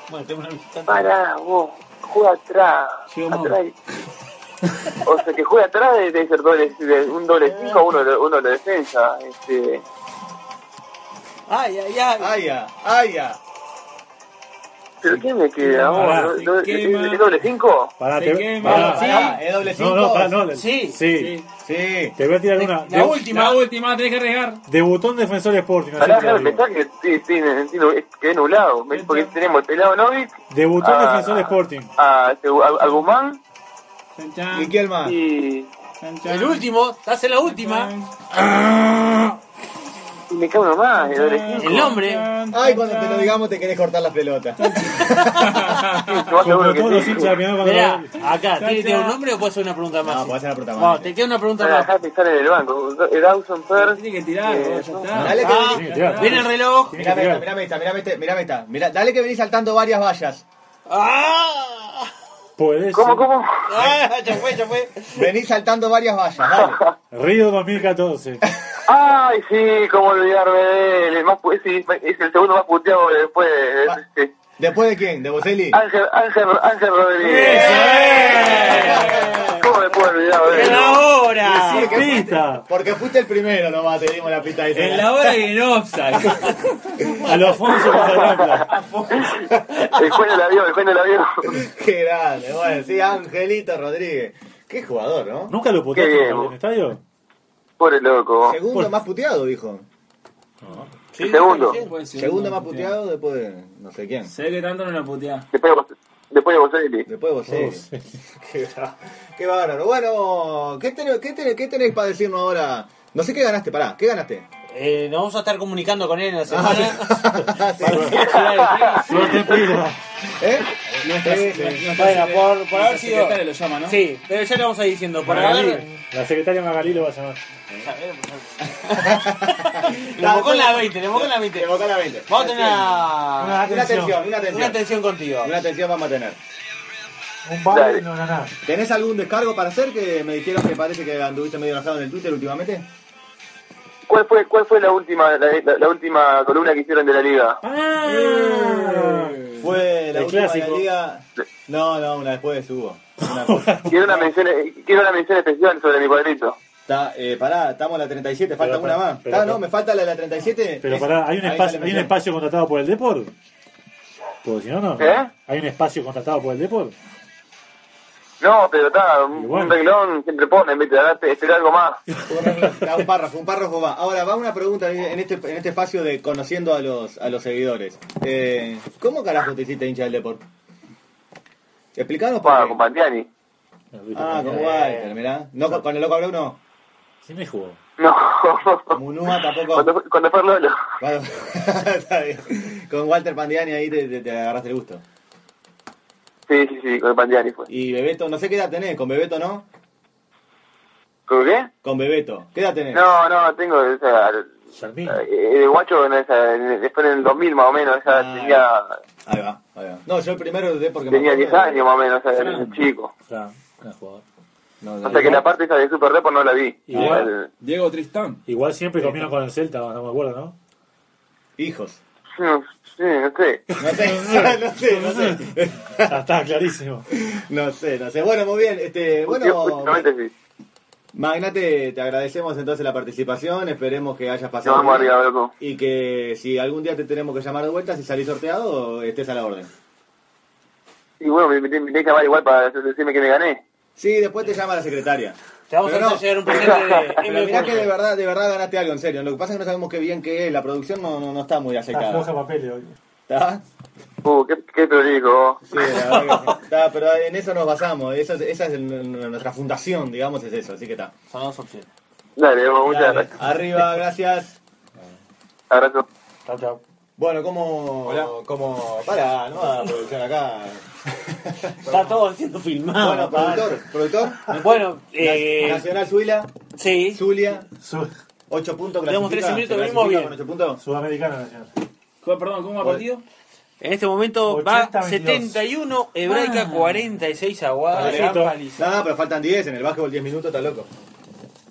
Speaker 3: Bueno, tengo una amistad.
Speaker 9: Pará, vos, juega atrás. atrás. O sea, que juega atrás debe de ser doble, de un doble 5 uno, de- uno de defensa. Este.
Speaker 3: Ay, ay, ay.
Speaker 2: Ay, ay, ay, ay.
Speaker 9: ¿Pero quién me queda? vos?
Speaker 6: Pará,
Speaker 9: ¿Do-
Speaker 6: se
Speaker 9: do-
Speaker 6: quema.
Speaker 9: ¿Es doble 5?
Speaker 6: Pará,
Speaker 9: Se
Speaker 6: te
Speaker 9: quema.
Speaker 6: pará.
Speaker 2: Pará, ¿es doble cinco?
Speaker 6: No, no, pará, no. le-
Speaker 2: Sí,
Speaker 6: sí.
Speaker 2: Sí.
Speaker 6: Te voy a tirar una.
Speaker 4: La última, ¿Eh? la última, tenés que arriesgar.
Speaker 6: Debutó en Defensor Sporting. así
Speaker 9: Pará,
Speaker 6: te lo
Speaker 9: déjame
Speaker 6: digo.
Speaker 9: pensar que sí, sí, en- en- quedé nublado. me- Porque tenemos pelado Novik,
Speaker 6: Debutó en
Speaker 9: Ah.
Speaker 6: Defensor Sporting.
Speaker 9: a, este, a, a Guzmán
Speaker 2: ¿Y quién
Speaker 6: Ah.
Speaker 2: más?
Speaker 9: y.
Speaker 3: El último, estás en la última.
Speaker 9: y me cago nomás, el doble
Speaker 6: Ah.
Speaker 9: 5.
Speaker 3: El nombre.
Speaker 2: Ay, cuando te lo digamos te querés cortar las pelotas.
Speaker 6: Como todos los hinchas de Peñarol cuando
Speaker 3: Mirá,
Speaker 6: lo-
Speaker 3: acá, ¿tiene tiene un nombre o puedo hacer una pregunta más? No, puedo
Speaker 2: hacer una pregunta
Speaker 3: más. te queda una pregunta
Speaker 9: Para
Speaker 3: más.
Speaker 9: dejar pensar en el banco. Dawson First.
Speaker 4: Tiene que tirar,
Speaker 9: eh,
Speaker 2: Dale que
Speaker 3: Ah,
Speaker 2: venís-
Speaker 3: viene el reloj.
Speaker 2: Mirame esta, mirame esta, mirame esta, mirame esta. Mirá, dale que venís saltando varias vallas.
Speaker 3: ¡Ah!
Speaker 6: Puede
Speaker 9: ¿Cómo,
Speaker 6: ser.
Speaker 9: cómo?
Speaker 3: ¡Ah! Ya fue, ya fue.
Speaker 2: Venís saltando varias vallas, dale.
Speaker 6: Río 2014.
Speaker 9: Ay, sí, cómo olvidarme de él. El más, pu- es, es el segundo más puteado después de.
Speaker 2: Va.
Speaker 9: sí.
Speaker 2: ¿Después de quién? ¿De Boselli?
Speaker 9: Ángel, Ángel, Ángel Rodríguez.
Speaker 4: ¡Eh!
Speaker 9: ¿Cómo me puedo olvidar de
Speaker 3: ¡En
Speaker 9: él?
Speaker 3: la hora!
Speaker 2: Sí, que fuiste-
Speaker 6: Pista.
Speaker 2: porque fuiste el primero nomás, te dimos la pista esa.
Speaker 4: En la hora y en offside.
Speaker 6: Alfonso Casablanca.
Speaker 9: El cuello la vio, el cuello la vio.
Speaker 2: Qué grande, bueno, sí, Angelito Rodríguez. Qué jugador, ¿no?
Speaker 6: ¿Nunca lo puteaste
Speaker 9: Qué
Speaker 6: en
Speaker 9: bien,
Speaker 6: el
Speaker 9: vos.
Speaker 6: estadio?
Speaker 9: Pobre loco.
Speaker 2: Segundo más puteado, dijo.
Speaker 9: El segundo.
Speaker 4: Puede ser,
Speaker 2: Segundo
Speaker 4: no,
Speaker 2: más
Speaker 4: putea.
Speaker 2: puteado después de no sé quién.
Speaker 4: Sé que tanto no lo putea.
Speaker 9: Después de vos- después de Boselli.
Speaker 2: Después de
Speaker 6: Oh,
Speaker 2: Boselli. Qué, bra- qué bárbaro. Bueno, ¿qué tenés, qué, tenés, qué tenés para decirnos ahora? No sé qué ganaste, pará, ¿qué ganaste? Ah,
Speaker 3: Eh, nos vamos a estar comunicando con él en la semana.
Speaker 2: Sí.
Speaker 6: Suerte, pila.
Speaker 2: ¿Eh?
Speaker 4: Sí,
Speaker 2: Sí, sí.
Speaker 3: Bueno, por, por haber
Speaker 4: Nuestra
Speaker 3: sido.
Speaker 4: secretaria lo llama, ¿no?
Speaker 3: Sí, pero ya le vamos a ir diciendo. Por haber.
Speaker 6: Magalí. La secretaria Magalí lo va a llamar.
Speaker 3: Le mocó en la 20, le mocó en la 20.
Speaker 2: Te evocó la 20.
Speaker 3: Vamos a tener una,
Speaker 2: Una atención, una
Speaker 3: una
Speaker 2: atención.
Speaker 3: atención contigo.
Speaker 2: Una atención vamos a tener.
Speaker 6: Un
Speaker 9: Dale.
Speaker 6: baile no ganás.
Speaker 2: ¿Tenés algún descargo para hacer que me dijeron que parece que anduviste medio enojado en el Twitter últimamente?
Speaker 9: ¿Cuál fue, cuál fue la última, la, la- la última columna que hicieron de la liga?
Speaker 4: Ah.
Speaker 2: Eh. Fue la
Speaker 6: El
Speaker 2: última de la
Speaker 6: clásico.
Speaker 2: liga. No, no, una después subo. Una cosa.
Speaker 9: Quiero una mención, eh, quiero una mención especial sobre mi cuadrito.
Speaker 2: Está, eh, pará, estamos en la 37, falta
Speaker 6: Pero,
Speaker 2: una
Speaker 6: pero,
Speaker 2: más.
Speaker 6: pero,
Speaker 2: Está,
Speaker 6: pero.
Speaker 2: no, me falta la de la 37.
Speaker 6: Pero
Speaker 2: Es-
Speaker 6: pará, ¿hay un,
Speaker 2: ahí
Speaker 6: espacio,
Speaker 2: sale
Speaker 6: ¿hay un
Speaker 2: mención.
Speaker 6: espacio contratado por el Depor? Porque si no, no.
Speaker 9: ¿Eh?
Speaker 6: ¿Hay un espacio contratado por el Depor?
Speaker 9: No, pero está,
Speaker 6: Y
Speaker 9: un,
Speaker 6: bueno.
Speaker 9: un renglón siempre ponen, viste, ahora te- esperar algo más.
Speaker 2: Da un párrafo, un párrafo va. Ahora va una pregunta en este, en este espacio de conociendo a los, a los seguidores. Eh, ¿Cómo carajo te hiciste hincha del deporte? Explicanos por
Speaker 9: Bueno,
Speaker 2: qué.
Speaker 9: con Pantiani.
Speaker 2: Ah, con Walter, mirá. No, con, con el loco Abreu no.
Speaker 6: ¿Quién me jugó?
Speaker 9: No,
Speaker 2: Munúa tampoco.
Speaker 9: cuando, fue- cuando fue Lolo.
Speaker 2: Bueno, está bien. Con Walter Pandiani ahí te, te- te agarraste el gusto.
Speaker 9: Sí, sí, sí, con Pantiani fue.
Speaker 2: Y Bebeto, no sé qué edad tenés, con Bebeto no.
Speaker 9: ¿Con qué?
Speaker 2: Con Bebeto, ¿qué edad tenés?
Speaker 9: No, no, tengo, o sea,
Speaker 6: Charmín.
Speaker 9: eh, el guacho en esa, en- después en el 2000 más o menos, ya
Speaker 2: Ah,
Speaker 9: tenía,
Speaker 2: Ahí va, ahí va. No, yo el primero de porque me
Speaker 9: tenía
Speaker 2: acuerdo
Speaker 9: 10
Speaker 2: de-
Speaker 9: años más o menos, o sea, era un chico.
Speaker 6: Fran, gran jugador.
Speaker 2: No, no,
Speaker 9: O sea que la parte esa de Super Depor no la vi.
Speaker 6: Igual.
Speaker 9: El-
Speaker 4: Diego Tristán.
Speaker 6: Igual siempre comieron con el Celta, no me acuerdo, ¿no?
Speaker 2: Hijos.
Speaker 9: No, sí, no sé.
Speaker 2: No sé, no sé, no sé.
Speaker 6: Ah, Estaba clarísimo.
Speaker 2: No sé, no sé. Bueno, muy bien. Este, bueno,
Speaker 9: Últimamente sí.
Speaker 2: Magnate, te agradecemos entonces la participación. Esperemos que hayas
Speaker 9: Nos
Speaker 2: pasado.
Speaker 9: vamos
Speaker 2: bien.
Speaker 9: arriba, loco.
Speaker 2: Y que si algún día te tenemos que llamar de vuelta, si salís sorteado, estés a la orden.
Speaker 9: Y bueno, me, me, me tenés que llamar igual para decirme que me gané.
Speaker 2: Sí, después te llama la secretaria.
Speaker 3: Te vamos
Speaker 2: Pero
Speaker 3: a
Speaker 2: no.
Speaker 3: hacer llegar un presente de
Speaker 2: Pero
Speaker 3: M.
Speaker 2: mirá que de verdad, de verdad ganaste algo, en serio. Lo que pasa es que no sabemos qué bien que es. La producción no, no, no está muy
Speaker 6: Está floja
Speaker 2: aceitada.
Speaker 6: papeles hoy.
Speaker 2: ¿Está?
Speaker 9: Uh, qué, qué prolijo. vos.
Speaker 2: Sí, la verdad que sí. Está, pero en eso nos basamos. Eso, es- esa es el- nuestra fundación, digamos, es eso. Así que está.
Speaker 3: Son dos opciones.
Speaker 9: Dale, vos, muchas
Speaker 2: Dale,
Speaker 9: gracias.
Speaker 2: Arriba, gracias.
Speaker 9: Abrazo.
Speaker 3: Chao, chao.
Speaker 2: Bueno, como. Como. Para, no va a producción acá.
Speaker 3: Está todo siendo filmado.
Speaker 2: Bueno, productor, productor.
Speaker 3: Bueno,
Speaker 2: eh, Nacional Zuila.
Speaker 3: Sí.
Speaker 2: Zulia. 8 puntos
Speaker 3: Tenemos
Speaker 2: clasifica,
Speaker 3: 13 minutos,
Speaker 2: se clasifica
Speaker 3: venimos bien.
Speaker 2: con 8 puntos.
Speaker 6: Sudamericana Nacional.
Speaker 4: Perdón, ¿cómo va el partido?
Speaker 3: En este momento va 71, Hebraica
Speaker 4: Ah.
Speaker 3: 46, Aguada.
Speaker 2: Pobrecito.
Speaker 3: gran paliza.
Speaker 2: No, pero faltan 10. En el básquetbol 10 minutos, está loco.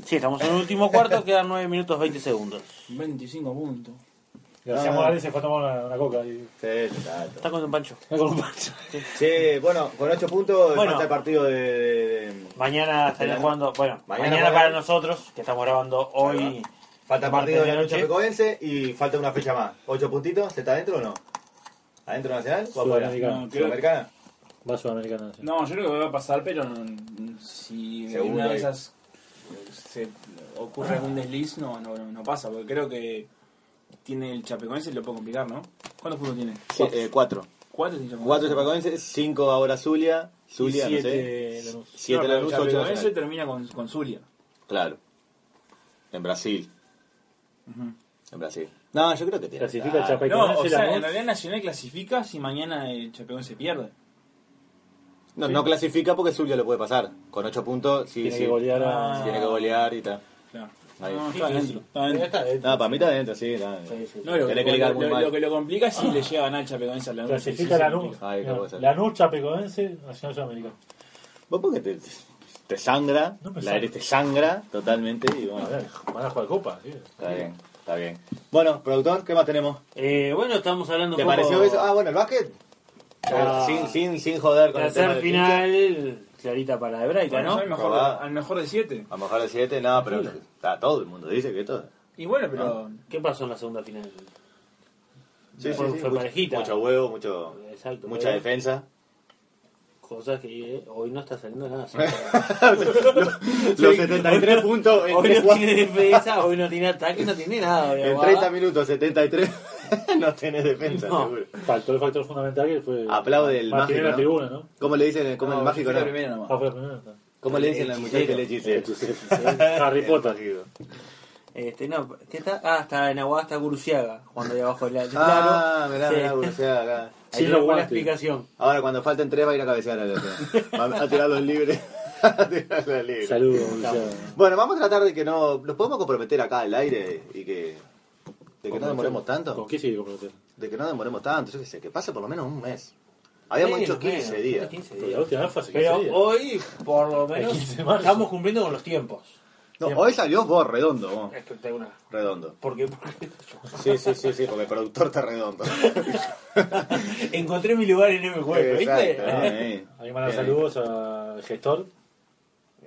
Speaker 3: Sí, estamos en el último cuarto, quedan 9 minutos 20 segundos.
Speaker 4: 25 puntos.
Speaker 2: Ah.
Speaker 6: Gracias, Morales, se fue a tomar una, una coca. Y...
Speaker 2: Sí, total.
Speaker 3: Está con un pancho.
Speaker 6: Está con un pancho.
Speaker 2: Sí, bueno, con 8 puntos
Speaker 3: Bueno.
Speaker 2: falta el partido de. de- de-
Speaker 3: Mañana estaremos
Speaker 2: Mañana.
Speaker 3: jugando, bueno, mañana,
Speaker 2: Mañana
Speaker 3: para
Speaker 2: jugamos.
Speaker 3: nosotros, que estamos grabando hoy.
Speaker 2: falta el
Speaker 3: martes
Speaker 2: partido de la noche frecuense y falta una fecha más. 8 puntitos, ¿se está adentro o no? ¿Adentro Nacional o afuera?
Speaker 6: Sudamericana.
Speaker 4: No, creo-
Speaker 2: ¿Sudamericana?
Speaker 6: Va Sudamericana Nacional.
Speaker 4: No, yo creo que va a pasar, pero no- si
Speaker 2: Seguro
Speaker 4: una de
Speaker 2: hay.
Speaker 4: esas eh, se ocurre algún desliz, no, no, no pasa, porque creo que tiene el Chapecoense y lo puede complicar, ¿no? ¿Cuántos puntos tiene?
Speaker 2: eh, 4.
Speaker 4: ¿Cuatro? tiene
Speaker 2: 4 Chapacoense, 5 ahora Zulia. Zulia, no
Speaker 4: siete
Speaker 2: sé.
Speaker 4: Lanús.
Speaker 2: 7
Speaker 4: No,
Speaker 2: la
Speaker 4: pero
Speaker 2: luz,
Speaker 4: el
Speaker 2: 8
Speaker 4: Chapecoense termina con, con Zulia.
Speaker 2: Claro. En Brasil.
Speaker 4: Ujú.
Speaker 2: En Brasil. No, yo creo que tiene.
Speaker 6: Clasifica
Speaker 2: Ah,
Speaker 6: Chapecoense,
Speaker 4: No, o sea,
Speaker 6: Lanús.
Speaker 4: en realidad Nacional clasifica si mañana el Chapecoense pierde.
Speaker 2: No, no clasifica porque Zulia lo puede pasar. Con 8 puntos, sí,
Speaker 6: Tiene
Speaker 2: sí.
Speaker 6: que golear
Speaker 4: Ah,
Speaker 6: a-
Speaker 2: Sí, Tiene que golear y tal.
Speaker 4: Claro.
Speaker 2: Ahí.
Speaker 4: No, está adentro. está adentro.
Speaker 3: Está adentro.
Speaker 2: No, para mí está adentro, sí. Está
Speaker 4: No, lo,
Speaker 2: Tenés
Speaker 4: que
Speaker 2: que ligar
Speaker 4: lo-
Speaker 2: muy
Speaker 4: lo-
Speaker 2: mal.
Speaker 4: lo que lo complica es si le llega a ganar el Chapecoense al Lanús.
Speaker 6: Clasifica
Speaker 4: Sí, sí,
Speaker 6: Lanús.
Speaker 4: complica.
Speaker 2: Ay, qué
Speaker 6: No,
Speaker 2: cosa.
Speaker 6: Lanús, Chapecoense, Nacional Sudamericana.
Speaker 2: Vos porque te, te sangra,
Speaker 6: No me
Speaker 2: la
Speaker 6: sangra.
Speaker 2: eres te sangra totalmente y bueno,
Speaker 6: A ver, van a jugar Copa, sí.
Speaker 2: está bien, está bien. Bueno, productor, ¿qué más tenemos?
Speaker 3: Eh, bueno, estamos hablando
Speaker 2: ¿Te
Speaker 3: un poco
Speaker 2: pareció eso? Ah, bueno, el básquet.
Speaker 3: Ah.
Speaker 2: Sin, sin, sin joder con el tema
Speaker 3: tercer
Speaker 2: del
Speaker 3: final, clarita para Hebraica,
Speaker 4: Bueno,
Speaker 3: ¿no?
Speaker 4: al mejor,
Speaker 2: Probá.
Speaker 4: al mejor de siete.
Speaker 2: pinche. A lo mejor de 7, no, pero está todo el mundo dice que todo.
Speaker 4: Y bueno, pero
Speaker 3: ¿Qué pasó en la segunda final?
Speaker 2: Sí,
Speaker 3: Fue- fue
Speaker 2: mucho,
Speaker 3: parejita.
Speaker 2: mucho huevo, mucho,
Speaker 3: Exacto,
Speaker 2: mucha
Speaker 3: pero-
Speaker 2: defensa.
Speaker 3: Cosas que eh, hoy no está saliendo nada.
Speaker 2: Los 73 puntos en,
Speaker 3: hoy
Speaker 2: tres
Speaker 3: no
Speaker 2: cuartos-
Speaker 3: tiene defensa, hoy no tiene ataque, no tiene nada. hoy,
Speaker 2: en
Speaker 3: Aguada.
Speaker 2: 30 minutos, 73. no tenés defensa,
Speaker 3: No.
Speaker 2: seguro.
Speaker 6: Faltó el factor fundamental que fue.
Speaker 2: Aplaude el
Speaker 6: mantener
Speaker 2: mágico,
Speaker 6: la
Speaker 2: ¿no?
Speaker 6: tribuna, ¿no?
Speaker 2: ¿Cómo le dicen como
Speaker 4: No,
Speaker 2: el mágico?
Speaker 4: fue la
Speaker 2: No?
Speaker 4: primera nomás.
Speaker 6: Ah, fue la primera. está.
Speaker 2: ¿Cómo le dicen al muchacho
Speaker 3: hechicero.
Speaker 2: el hechicero?
Speaker 6: Harry Potter.
Speaker 3: Este, no, ¿qué está? Ah, está en Aguada, está Guruciaga, cuando ahí abajo del del
Speaker 2: Ah,
Speaker 3: plano.
Speaker 2: mirá,
Speaker 3: Sí.
Speaker 2: mirá, buceada acá.
Speaker 3: Ahí
Speaker 6: Sí,
Speaker 3: tiene
Speaker 6: lo
Speaker 3: buena
Speaker 6: guante.
Speaker 3: explicación.
Speaker 2: Ahora cuando falten tres va a ir a cabecear al otro. Va a tirar los libres. a tirar los libres.
Speaker 6: Saludos, Luciano.
Speaker 2: Bueno, vamos a tratar de que no. Nos podemos comprometer acá al aire y que. De que no demoremos
Speaker 6: ¿Con
Speaker 2: tanto.
Speaker 6: qué sigue comprometer?
Speaker 2: De que no demoremos tanto. Yo qué sé, que pase por lo menos un mes. Habíamos
Speaker 3: Sí,
Speaker 2: dicho
Speaker 3: bueno,
Speaker 2: 15 días.
Speaker 3: 15
Speaker 6: Porque La última vez fue hace 15
Speaker 3: Pero
Speaker 6: días.
Speaker 3: hoy, por lo
Speaker 6: El
Speaker 3: menos,
Speaker 6: 15 de marzo.
Speaker 3: estamos cumpliendo con los tiempos.
Speaker 2: No, hoy salió vos redondo. vos.
Speaker 3: Espectacular.
Speaker 2: Redondo.
Speaker 3: ¿Por qué? Porque
Speaker 2: Sí, sí, sí, sí, porque el productor está redondo.
Speaker 3: encontré mi lugar en M Juego, ¿viste?
Speaker 2: Exacto, eh.
Speaker 6: Ahí mandan saludos al gestor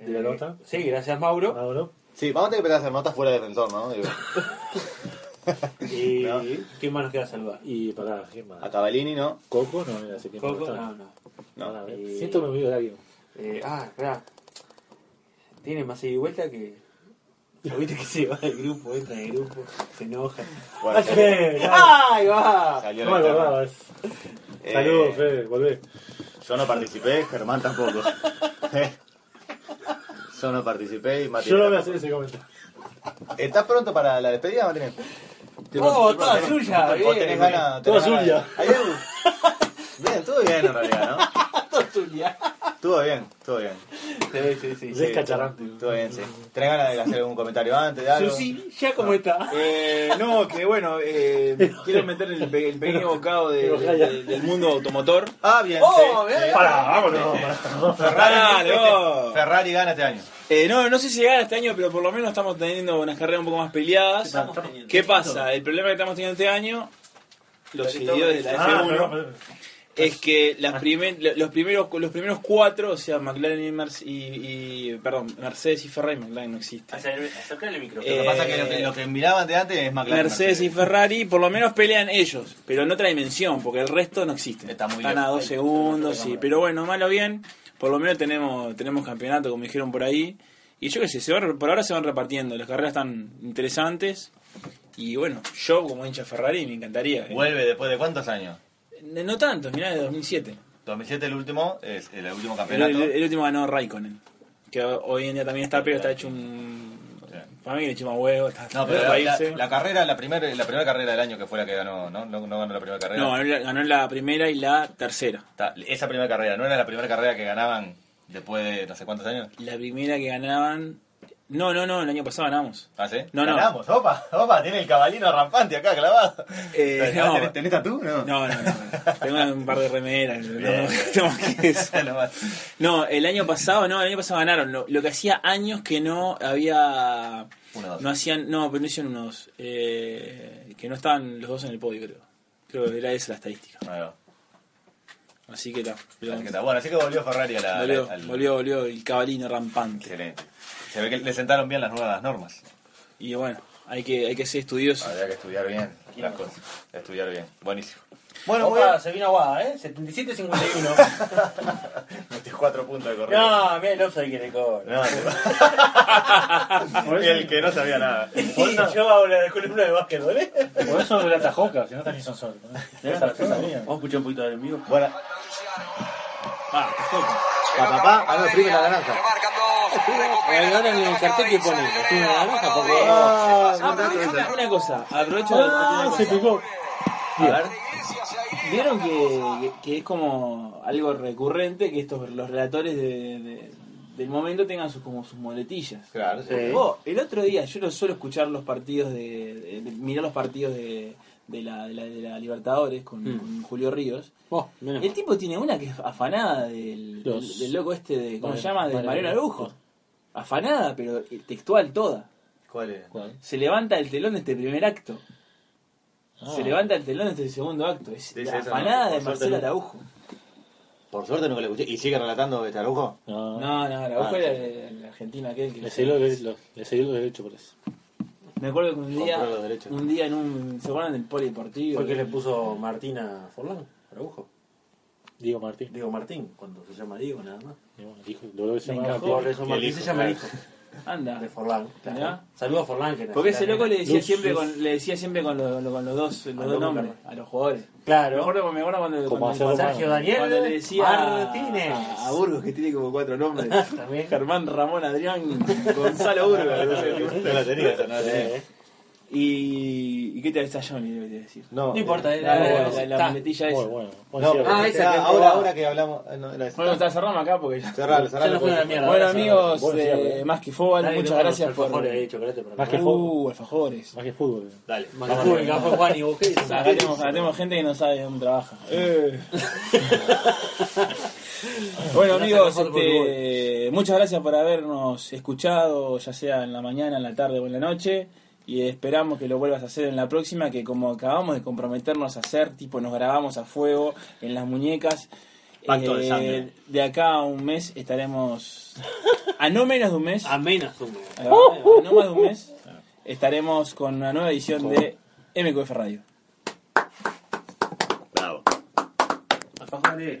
Speaker 6: de la nota.
Speaker 3: Eh,
Speaker 6: Ah.
Speaker 3: Sí, gracias Mauro.
Speaker 6: Mauro.
Speaker 2: Sí, vamos a tener que empezar a hacer notas fuera de defensor, ¿no? Digo,
Speaker 3: Y
Speaker 2: No.
Speaker 3: ¿quién más nos queda saludar?
Speaker 6: Y para ¿quién más?
Speaker 2: A Cavalini, ¿no?
Speaker 6: Coco, no, era hace tiempo. que
Speaker 3: Coco,
Speaker 6: está.
Speaker 3: no, no.
Speaker 2: No.
Speaker 6: Pará,
Speaker 3: Eh,
Speaker 6: Siento que me olvido de alguien.
Speaker 3: Eh, ah, espera. Tiene más ida y vuelta que. ¿Lo viste que se va del grupo, entra del grupo, se enoja?
Speaker 2: Bueno, Ah.
Speaker 3: ¡Ay, va!
Speaker 2: salió
Speaker 6: No
Speaker 2: la
Speaker 6: me
Speaker 2: interna.
Speaker 6: acordaba. es-
Speaker 2: Eh,
Speaker 6: Saludos, Fede, volvé. eh.
Speaker 2: Yo no participé, Germán tampoco. Yo no participé y Mati.
Speaker 6: Yo no voy a hacer ese comentario.
Speaker 2: ¿Estás pronto para la despedida, Martín?
Speaker 3: ¡Oh, toda suya!
Speaker 2: ¿Vos tenés
Speaker 3: bien.
Speaker 2: ganas?
Speaker 6: eh. Todo
Speaker 2: tenés ganas de-
Speaker 6: suya.
Speaker 2: ¿Hay algo? Bien, estuvo bien en realidad, ¿no?
Speaker 3: Toda suya.
Speaker 2: Estuvo bien, estuvo bien.
Speaker 3: Sí, sí, sí.
Speaker 6: Es cacharrante.
Speaker 2: Estuvo bien, sí. ¿Tenés ganas de hacer algún comentario antes de algo?
Speaker 3: Susi, ¿ya cómo está?
Speaker 4: Eh, no, que bueno, eh, quiero meter el, pe- el pequeño bocado de- de- del mundo automotor.
Speaker 2: Ah, bien,
Speaker 3: ¡Oh,
Speaker 2: sí.
Speaker 3: bien!
Speaker 6: Pará, vámonos. pará.
Speaker 4: Dale, vos.
Speaker 2: Ferrari gana este año.
Speaker 4: Eh, no, no sé si llegar este año, pero por lo menos estamos teniendo unas carreras un poco más peleadas. ¿Qué pasa? El problema que estamos teniendo este año, los seguidores de la
Speaker 6: Ah,
Speaker 4: F1,
Speaker 6: no, no,
Speaker 4: es que las primer- los, primeros, los primeros cuatro, o sea, McLaren y, Merce- y- y- perdón, Mercedes y Ferrari, McLaren no existe.
Speaker 3: Acercale el micrófono.
Speaker 4: Eh,
Speaker 2: Lo que pasa es que lo que, lo que miraban de antes es McLaren.
Speaker 4: Mercedes y Ferrari por lo menos pelean ellos, pero en otra dimensión, porque el resto no existe.
Speaker 2: Está muy
Speaker 4: Están
Speaker 2: lejos.
Speaker 4: a dos segundos, sí. Pero bueno, malo bien, por lo menos tenemos, tenemos campeonato, como dijeron por ahí. Y yo qué sé, se van, por ahora se van repartiendo, las carreras están interesantes. Y bueno, yo como hincha Ferrari me encantaría. eh.
Speaker 2: Vuelve después de cuántos años?
Speaker 4: No no tanto, mirá, de 2007.
Speaker 2: 2007 el último, es el último
Speaker 4: El,
Speaker 2: campeonato.
Speaker 4: el- el último ganó Raikkonen, que hoy en día también está, pero está hecho un...
Speaker 2: Sí.
Speaker 4: Para mí que le chupa un huevo. Está,
Speaker 2: No, pero la, la- la carrera, la primera la primera carrera del año que fue la que ganó, ¿no? No, no ganó la primera carrera.
Speaker 4: No, eh. ganó la, ganó la primera y la tercera.
Speaker 2: Ta- Esa primera carrera, ¿no era la primera carrera que ganaban después de no sé cuántos años?
Speaker 4: La primera que ganaban. No, no, no, el año pasado ganamos.
Speaker 2: ¿Ah, sí?
Speaker 4: No, no.
Speaker 2: Ganamos, opa, opa, tiene el cabalino rampante acá clavado.
Speaker 4: Eh, no.
Speaker 2: ¿Tenés, tenés tatú? No.
Speaker 4: No, no, no. Tengo un par de remeras. no,
Speaker 2: Bien.
Speaker 4: no más que eso. No, el año pasado, no, el año pasado ganaron. Lo, lo que hacía años que no había.
Speaker 2: dos.
Speaker 4: No hacían, no, pero no hicieron unos. Eh, que no estaban los dos en el podio, creo. Creo que era esa la estadística. Así que está.
Speaker 2: Así que está. Bueno, así que volvió Ferrari a la-
Speaker 4: Volvió,
Speaker 2: al-
Speaker 4: volvió, volvió el cabalino rampante.
Speaker 2: Excelente. Se ve que le sentaron bien las nuevas normas.
Speaker 4: Y bueno, hay que, hay que ser estudiosos.
Speaker 2: Habría que estudiar bien las cosas. Estudiar bien. Buenísimo.
Speaker 3: Bueno,
Speaker 4: Bueno, muy bien.
Speaker 3: se vino aguada, ¿eh? 77-51.
Speaker 2: Metí cuatro puntos de corrido.
Speaker 3: no, mira el offside que le cobra.
Speaker 2: No, el que no sabía nada.
Speaker 3: Y yo hago la columna de básquetbol, ¿eh?
Speaker 6: Por eso de la tajoca, si no también son solos.
Speaker 3: Vamos a escuchar un poquito del vivo.
Speaker 2: Bueno.
Speaker 4: Ah,
Speaker 2: Pa, pa, pa, ah, no, prime la naranja.
Speaker 3: Ahora en el cartel que pone, estuvo una naranja
Speaker 2: Oh,
Speaker 3: porque...
Speaker 4: Ah, pero déjame una cosa, aprovecho
Speaker 6: Ah,
Speaker 4: de-
Speaker 6: se picó.
Speaker 4: A ver. Vieron que, que es como algo recurrente que estos los relatores de- de- del momento tengan sus como sus moletillas.
Speaker 2: Claro, sí.
Speaker 4: Vos, el otro día yo no suelo escuchar los partidos de, de- de- mirar los partidos de, de la, de la- de la Libertadores con,
Speaker 8: Mm.
Speaker 4: con Julio Ríos.
Speaker 8: Vos, menos
Speaker 4: El tipo tiene una que es afanada del,
Speaker 8: Los-
Speaker 4: del loco este de ¿cómo
Speaker 8: Vale,
Speaker 4: se llama? de
Speaker 8: vale,
Speaker 4: Mariano
Speaker 8: vale.
Speaker 4: Araujo. Afanada, pero textual toda.
Speaker 2: ¿Cuál es?
Speaker 8: mal.
Speaker 4: Se levanta el telón de este primer acto.
Speaker 8: Ah.
Speaker 4: Se levanta el telón desde el segundo acto. Es
Speaker 2: Dice
Speaker 4: la
Speaker 2: eso,
Speaker 4: afanada
Speaker 2: ¿no?
Speaker 4: de
Speaker 2: Por suerte
Speaker 4: Marcelo
Speaker 2: no.
Speaker 4: Araujo.
Speaker 2: Por suerte nunca lo escuché. ¿Y sigue relatando este Araujo?
Speaker 6: No,
Speaker 4: No, no, Araujo
Speaker 2: Ah,
Speaker 4: era
Speaker 2: sí.
Speaker 4: el, el argentino aquel que.
Speaker 6: le cedió los lo, le cedió los derechos por eso.
Speaker 4: Me acuerdo que un día,
Speaker 2: Compró los derechos.
Speaker 4: un día en un. ¿Se acuerdan del polideportivo?
Speaker 3: Fue que le puso Martina Forlán, Araujo.
Speaker 6: Diego Martín.
Speaker 3: Diego Martín, cuando se llama Diego nada más.
Speaker 6: Y bueno, el hijo, el dolor se
Speaker 4: Me
Speaker 6: llamaba
Speaker 4: encajó.
Speaker 3: Por
Speaker 6: Martín.
Speaker 3: eso
Speaker 2: El
Speaker 3: Martín
Speaker 2: hijo,
Speaker 3: se llama el hijo
Speaker 2: claro.
Speaker 4: Anda.
Speaker 3: de Forlán. claro.
Speaker 4: Mirá.
Speaker 3: Saludos a Forlán. Que
Speaker 4: Porque ese loco le decía
Speaker 6: Luz,
Speaker 4: siempre
Speaker 6: luz.
Speaker 4: con, le decía siempre con, lo- lo- con los dos, los
Speaker 3: Al
Speaker 4: dos
Speaker 3: loco,
Speaker 4: nombres, a los jugadores. Me
Speaker 3: Claro.
Speaker 4: acuerdo, me acuerdo cuando,
Speaker 6: Como
Speaker 4: cuando-
Speaker 6: hacer
Speaker 4: cuando-
Speaker 3: Sergio Daniel
Speaker 4: cuando le decía
Speaker 3: Martínez.
Speaker 4: A, a Burgos ¿eh? que tiene como cuatro nombres.
Speaker 3: También.
Speaker 4: Germán Ramón Adrián Gonzalo Burgos. no sé, tipo.
Speaker 2: No la tenía, esa, no la tenía.
Speaker 4: ¿Y, ¿Y qué te decía Johnny? Debe decir.
Speaker 2: No,
Speaker 3: No importa, eh,
Speaker 4: La,
Speaker 3: era-
Speaker 4: la,
Speaker 3: era-
Speaker 4: la- la
Speaker 3: está.
Speaker 4: muletilla
Speaker 6: Muy
Speaker 4: esa.
Speaker 6: bueno. Buen
Speaker 2: No,
Speaker 6: cierre.
Speaker 3: ah,
Speaker 2: ah,
Speaker 3: esa que
Speaker 2: ahora,
Speaker 3: jugaba.
Speaker 2: ahora que hablamos. eh, No, era esa.
Speaker 4: Bueno, está, cerramos acá porque ya.
Speaker 2: Cerralo,
Speaker 3: Ya
Speaker 2: cerralo.
Speaker 3: nos fue una
Speaker 2: porque-
Speaker 3: mierda.
Speaker 4: Bueno,
Speaker 3: ahora
Speaker 4: amigos,
Speaker 6: Bueno,
Speaker 4: eh,
Speaker 6: cierre.
Speaker 4: más que
Speaker 3: se-
Speaker 4: fútbol,
Speaker 3: Nadie
Speaker 4: muchas
Speaker 3: vio los
Speaker 4: gracias por.
Speaker 3: alfajores de chocolate para
Speaker 6: Más que
Speaker 4: Uh, alfajores.
Speaker 6: Más que fútbol. eh.
Speaker 2: Dale.
Speaker 3: Más que fútbol, que este fue Juan y vos qué
Speaker 4: O sea, Acá tenemos, acá tenemos gente que no sabe dónde trabaja. Eh. bueno,
Speaker 3: No
Speaker 4: amigos,
Speaker 3: se mejor
Speaker 4: este, muchas gracias por habernos escuchado, ya sea en la mañana, en la tarde o en la noche. Y esperamos que lo vuelvas a hacer en la próxima, que como acabamos de comprometernos a hacer, tipo nos grabamos a fuego en las muñecas. eh,
Speaker 1: Pacto de sangre.
Speaker 4: de acá a un mes estaremos. A no menos de un mes.
Speaker 8: A menos tú. me-
Speaker 4: Ahí va, ahí va. no más de un mes estaremos con una nueva edición de MQF Radio.
Speaker 1: Bravo.
Speaker 3: Alfajores.